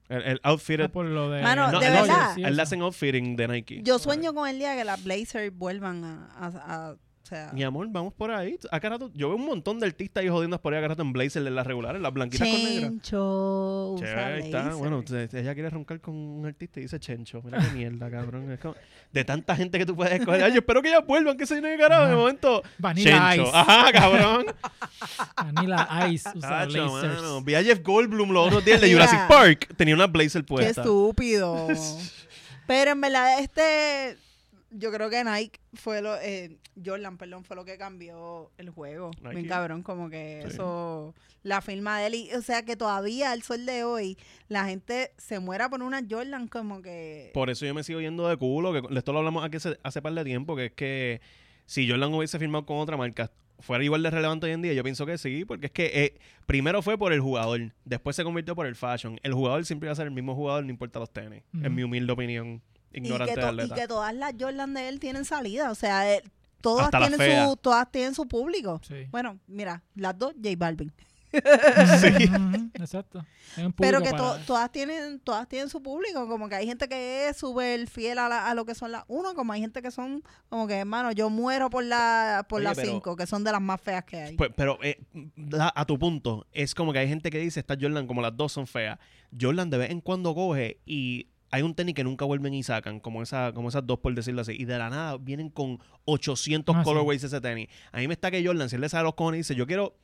Speaker 2: El, el outfitted.
Speaker 1: ah, por lo de...
Speaker 3: Mano,
Speaker 2: no,
Speaker 3: de
Speaker 2: él,
Speaker 1: Dodgers,
Speaker 3: verdad.
Speaker 1: sí,
Speaker 2: él
Speaker 1: eso.
Speaker 2: le hacen outfitting de Nike.
Speaker 3: yo sueño con el día que las Blazers vuelvan a. a- a- o sea,
Speaker 2: Mi amor, vamos por ahí. Acá rato, yo veo un montón de artistas ahí jodiendo por ahí acá rato en blazer de las regulares, las blanquitas con negras.
Speaker 3: Chencho,
Speaker 2: Che,
Speaker 3: usa
Speaker 2: ahí está.
Speaker 3: laser.
Speaker 2: Bueno, te- te- ella quiere roncar con un artista y dice Chencho. Mira qué mierda, cabrón. Es como- de tanta gente que tú puedes escoger. Ay, yo espero que ellas vuelvan, que se viene de carajo. De
Speaker 1: Ajá.
Speaker 2: momento,
Speaker 1: Vanilla
Speaker 2: Chencho. Ah.
Speaker 1: Ice.
Speaker 2: Ajá, cabrón.
Speaker 1: Vanilla Ice usa
Speaker 2: Tacho,
Speaker 1: lasers.
Speaker 2: mano. Ah, Vi a Jeff Goldblum los otros días de Jurassic
Speaker 3: Mira.
Speaker 2: Park. Tenía una blazer
Speaker 3: Qué
Speaker 2: puesta.
Speaker 3: estúpido. Pero en verdad, este. Yo creo que Nike fue lo. eh, Jordan, perdón, fue lo que cambió el juego.
Speaker 2: Nike.
Speaker 3: Bien cabrón, como que
Speaker 2: Sí.
Speaker 3: eso. La firma de él. y- o sea, que todavía al sol de hoy, la gente se muera por una Jordan, como que.
Speaker 2: Por eso yo me sigo yendo de culo, que de esto lo hablamos aquí hace, hace par de tiempo, que es que si Jordan hubiese firmado con otra marca, fuera igual de relevante hoy en día, yo pienso que sí, porque es que eh, primero fue por el jugador, después se convirtió por el fashion. El jugador siempre va a ser el mismo jugador, no importa los tenis,
Speaker 1: Ujú.
Speaker 2: en mi humilde opinión,
Speaker 3: y,
Speaker 2: ignorante
Speaker 3: que
Speaker 2: de
Speaker 3: to- y
Speaker 2: atleta.
Speaker 3: que todas las Jordan de él tienen salida. O sea, eh, todas,
Speaker 2: Hasta la
Speaker 3: tienen
Speaker 2: fea.
Speaker 3: su, todas tienen su público.
Speaker 1: Sí.
Speaker 3: Bueno, mira, las dos, J Balvin.
Speaker 1: Ujú, Exacto. Es un
Speaker 3: Pero
Speaker 1: público
Speaker 3: que to-
Speaker 1: para-
Speaker 3: todas tienen todas tienen su público, como que hay gente que es súper fiel a, la- a lo que son las uno, como hay gente que son como que, hermano, yo muero por la por
Speaker 2: Oye,
Speaker 3: las
Speaker 2: pero-
Speaker 3: cinco, que son de las más feas que hay.
Speaker 2: Pues, pero eh, da- a tu punto, es como que hay gente que dice, está Jordan, como las dos son feas. Jordan de vez en cuando coge y hay un tenis que nunca vuelven y sacan, como, esa, como esas dos, por decirlo así. Y de la nada vienen con 800
Speaker 1: Ah, sí.
Speaker 2: colorways ese tenis. A mí me está que Jordan, si él le sale a los cojones y dice, yo quiero...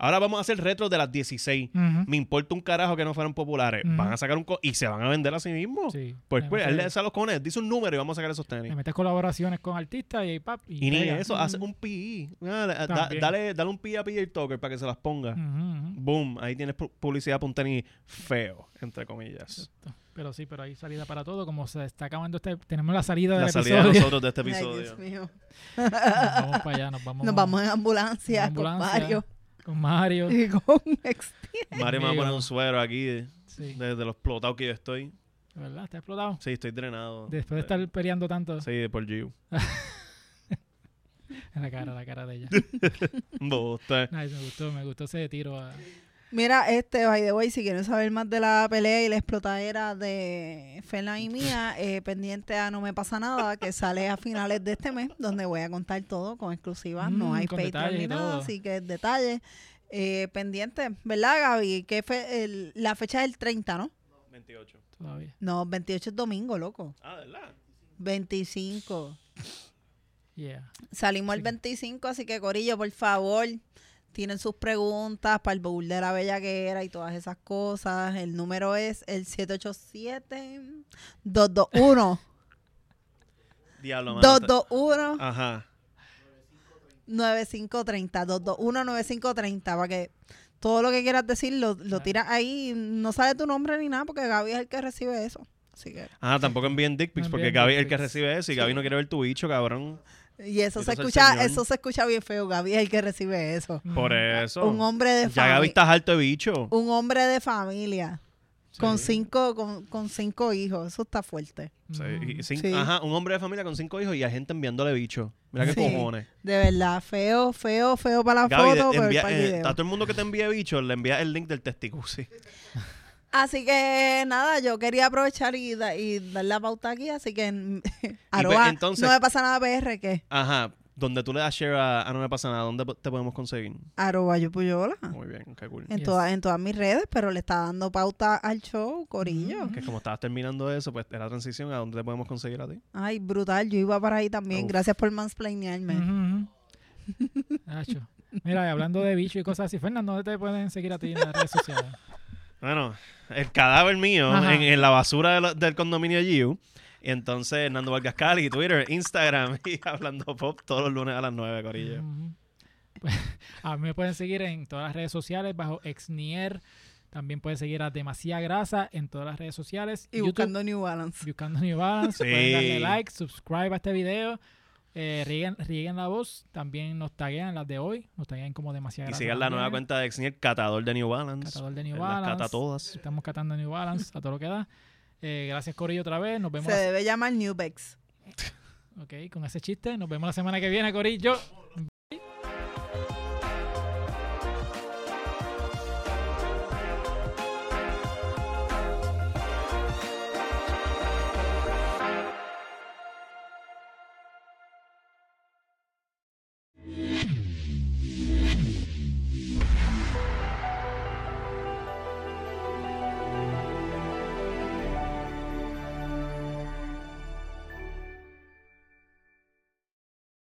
Speaker 2: Ahora vamos a hacer retro de las 16.
Speaker 1: Ujú.
Speaker 2: Me importa un carajo que no fueran populares.
Speaker 1: Ujú.
Speaker 2: Van a sacar un... co- y se van a vender a sí mismos.
Speaker 1: Mm. Sí.
Speaker 2: Pues,
Speaker 1: Le
Speaker 2: pues, él le
Speaker 1: metes-
Speaker 2: sale a los cojones, dice un número y vamos a sacar esos tenis.
Speaker 1: le metes colaboraciones con artistas y, pap, y,
Speaker 2: Y ni
Speaker 1: pega.
Speaker 2: eso, hace un PI. Dale, da-
Speaker 1: Mm. También.
Speaker 2: dale, dale un PI a PJ Tucker para que se las ponga.
Speaker 1: Ujú, ujú.
Speaker 2: Boom, ahí tienes pu- publicidad para un tenis feo, entre comillas.
Speaker 1: Exacto. Pero sí, pero hay salida para todo. Como se está acabando este, tenemos la salida del
Speaker 2: La salida de
Speaker 1: episodio.
Speaker 2: nosotros de este
Speaker 3: Ay,
Speaker 2: episodio.
Speaker 3: Dios mío.
Speaker 1: Nos vamos para allá, nos vamos.
Speaker 3: Nos vamos en ambulancia,
Speaker 1: En ambulancia.
Speaker 3: con Mario
Speaker 1: con Mario.
Speaker 3: y con Ex-
Speaker 2: Mario me va a
Speaker 1: Digo.
Speaker 2: poner un suero aquí de,
Speaker 1: Sí,
Speaker 2: de- de lo explotado que yo estoy.
Speaker 1: de verdad, está explotado.
Speaker 2: Sí, estoy drenado. Eh,
Speaker 1: Después de estar peleando tanto.
Speaker 2: Sí, por Giu.
Speaker 1: En la cara, la cara de ella.
Speaker 2: Bosta.
Speaker 1: Nice, me gustó, me gustó ese tiro. ah, a-
Speaker 3: Mira, este, by the way, si quieren saber más de la pelea y la explotadera de Fela y mía, eh, pendiente a No Me Pasa Nada, que sale a finales de este mes, donde voy a contar todo con exclusivas, no
Speaker 1: Mm,
Speaker 3: hay
Speaker 1: con
Speaker 3: Patreon
Speaker 1: detalles
Speaker 3: ni
Speaker 1: y
Speaker 3: nada,
Speaker 1: todo.
Speaker 3: así que detalles. Eh, pendiente, ¿verdad, Gaby? Que fe- el- la fecha es el 30, ¿no?
Speaker 2: 28.
Speaker 1: Todavía.
Speaker 3: No, 28 es domingo, loco.
Speaker 2: Ah, ¿verdad?
Speaker 3: 25.
Speaker 1: Yeah.
Speaker 3: Salimos
Speaker 1: Sí.
Speaker 3: el 25, así que Corillo, por favor, tienen sus preguntas para el bowl de la bellaquera y todas esas cosas. El número es el 787-221.
Speaker 2: Diablo, mano.
Speaker 3: 221-9530.
Speaker 2: Ajá.
Speaker 3: 221-9530. Para que todo lo que quieras decir lo, lo
Speaker 1: Claro.
Speaker 3: tiras ahí. No sabes tu nombre ni nada porque Gaby es el que recibe eso. Así que,
Speaker 2: Ah, tampoco envíen dick pics
Speaker 1: No
Speaker 2: porque
Speaker 1: envíen
Speaker 2: Gaby es
Speaker 1: dick
Speaker 2: el que
Speaker 1: pics.
Speaker 2: recibe eso y
Speaker 3: Sí.
Speaker 2: Gaby no quiere ver tu bicho, cabrón.
Speaker 3: y eso se
Speaker 2: Entonces el
Speaker 3: escucha,
Speaker 2: señor-
Speaker 3: eso se escucha bien feo. Gaby es el que recibe eso.
Speaker 2: Por
Speaker 1: Ujú.
Speaker 2: eso.
Speaker 3: Un hombre de
Speaker 2: Oh. ya Gaby
Speaker 3: familia.
Speaker 2: estás harto de bicho.
Speaker 3: un hombre de familia con
Speaker 2: Sí.
Speaker 3: cinco con, con cinco hijos eso está fuerte
Speaker 2: Sí, y- y cin-
Speaker 3: Sí.
Speaker 2: Ajá, un hombre de familia con cinco hijos y hay gente enviándole bicho. Mira qué
Speaker 3: Sí.
Speaker 2: cojones.
Speaker 3: de verdad feo feo feo para la
Speaker 2: Gaby,
Speaker 3: foto
Speaker 2: de-
Speaker 3: pero
Speaker 2: envía-
Speaker 3: para el
Speaker 2: eh,
Speaker 3: video.
Speaker 2: a todo el mundo que te envíe bicho, le envía el link del testigo, sí.
Speaker 3: así que nada yo quería aprovechar y, da- y dar la pauta aquí así que mm, arroba,
Speaker 2: pues, entonces-
Speaker 3: no me pasa nada PR que
Speaker 2: Ajá, donde tú le das share a, a No Me Pasa Nada, ¿dónde po- te podemos conseguir?
Speaker 3: arroba yo puyola
Speaker 1: Ah.
Speaker 2: Muy bien, qué cool.
Speaker 3: en
Speaker 1: Yes.
Speaker 3: todas en todas mis redes pero le está dando pauta al show corillo
Speaker 1: Ujú.
Speaker 2: Que como estabas terminando eso, pues era la transición a dónde te podemos conseguir a ti.
Speaker 3: ay brutal yo iba para ahí también
Speaker 2: Uf.
Speaker 3: gracias por mansplainearme
Speaker 1: Ujú, ujú. Nacho. Mira, y hablando de bicho y cosas así, Fernando, ¿dónde te pueden seguir a ti en las redes sociales?
Speaker 2: Bueno, el cadáver mío
Speaker 1: Ajá.
Speaker 2: en, en la basura de lo- del condominio Giu. Y entonces, Hernando Vargas Cali, Twitter, Instagram y Hablando Pop todos los lunes a las 9, Corillo.
Speaker 1: Ujú. Pues, a mí me pueden seguir en todas las redes sociales bajo Exnier. También pueden seguir a Demasiada Grasa en todas las redes sociales.
Speaker 3: y
Speaker 1: YouTube,
Speaker 3: buscando New Balance
Speaker 1: Buscando New Balance. Pueden darle
Speaker 2: Sí.
Speaker 1: like, subscribe a este video. Eh, rieguen, rieguen la voz. También nos taguean las de hoy. Nos taguean como Demasiada
Speaker 2: Y
Speaker 1: Grasa.
Speaker 2: sigan la nueva
Speaker 1: también.
Speaker 2: cuenta de Exnier, Catador de New Balance.
Speaker 1: Catador de New
Speaker 2: Él las
Speaker 1: Balance.
Speaker 2: cata todas.
Speaker 1: Estamos catando New Balance a todo lo que da. Eh, gracias, Corillo, otra vez. Nos vemos
Speaker 3: se
Speaker 1: la-
Speaker 3: debe llamar New Bex
Speaker 1: Ok, con ese chiste. Nos vemos la semana que viene, Corillo.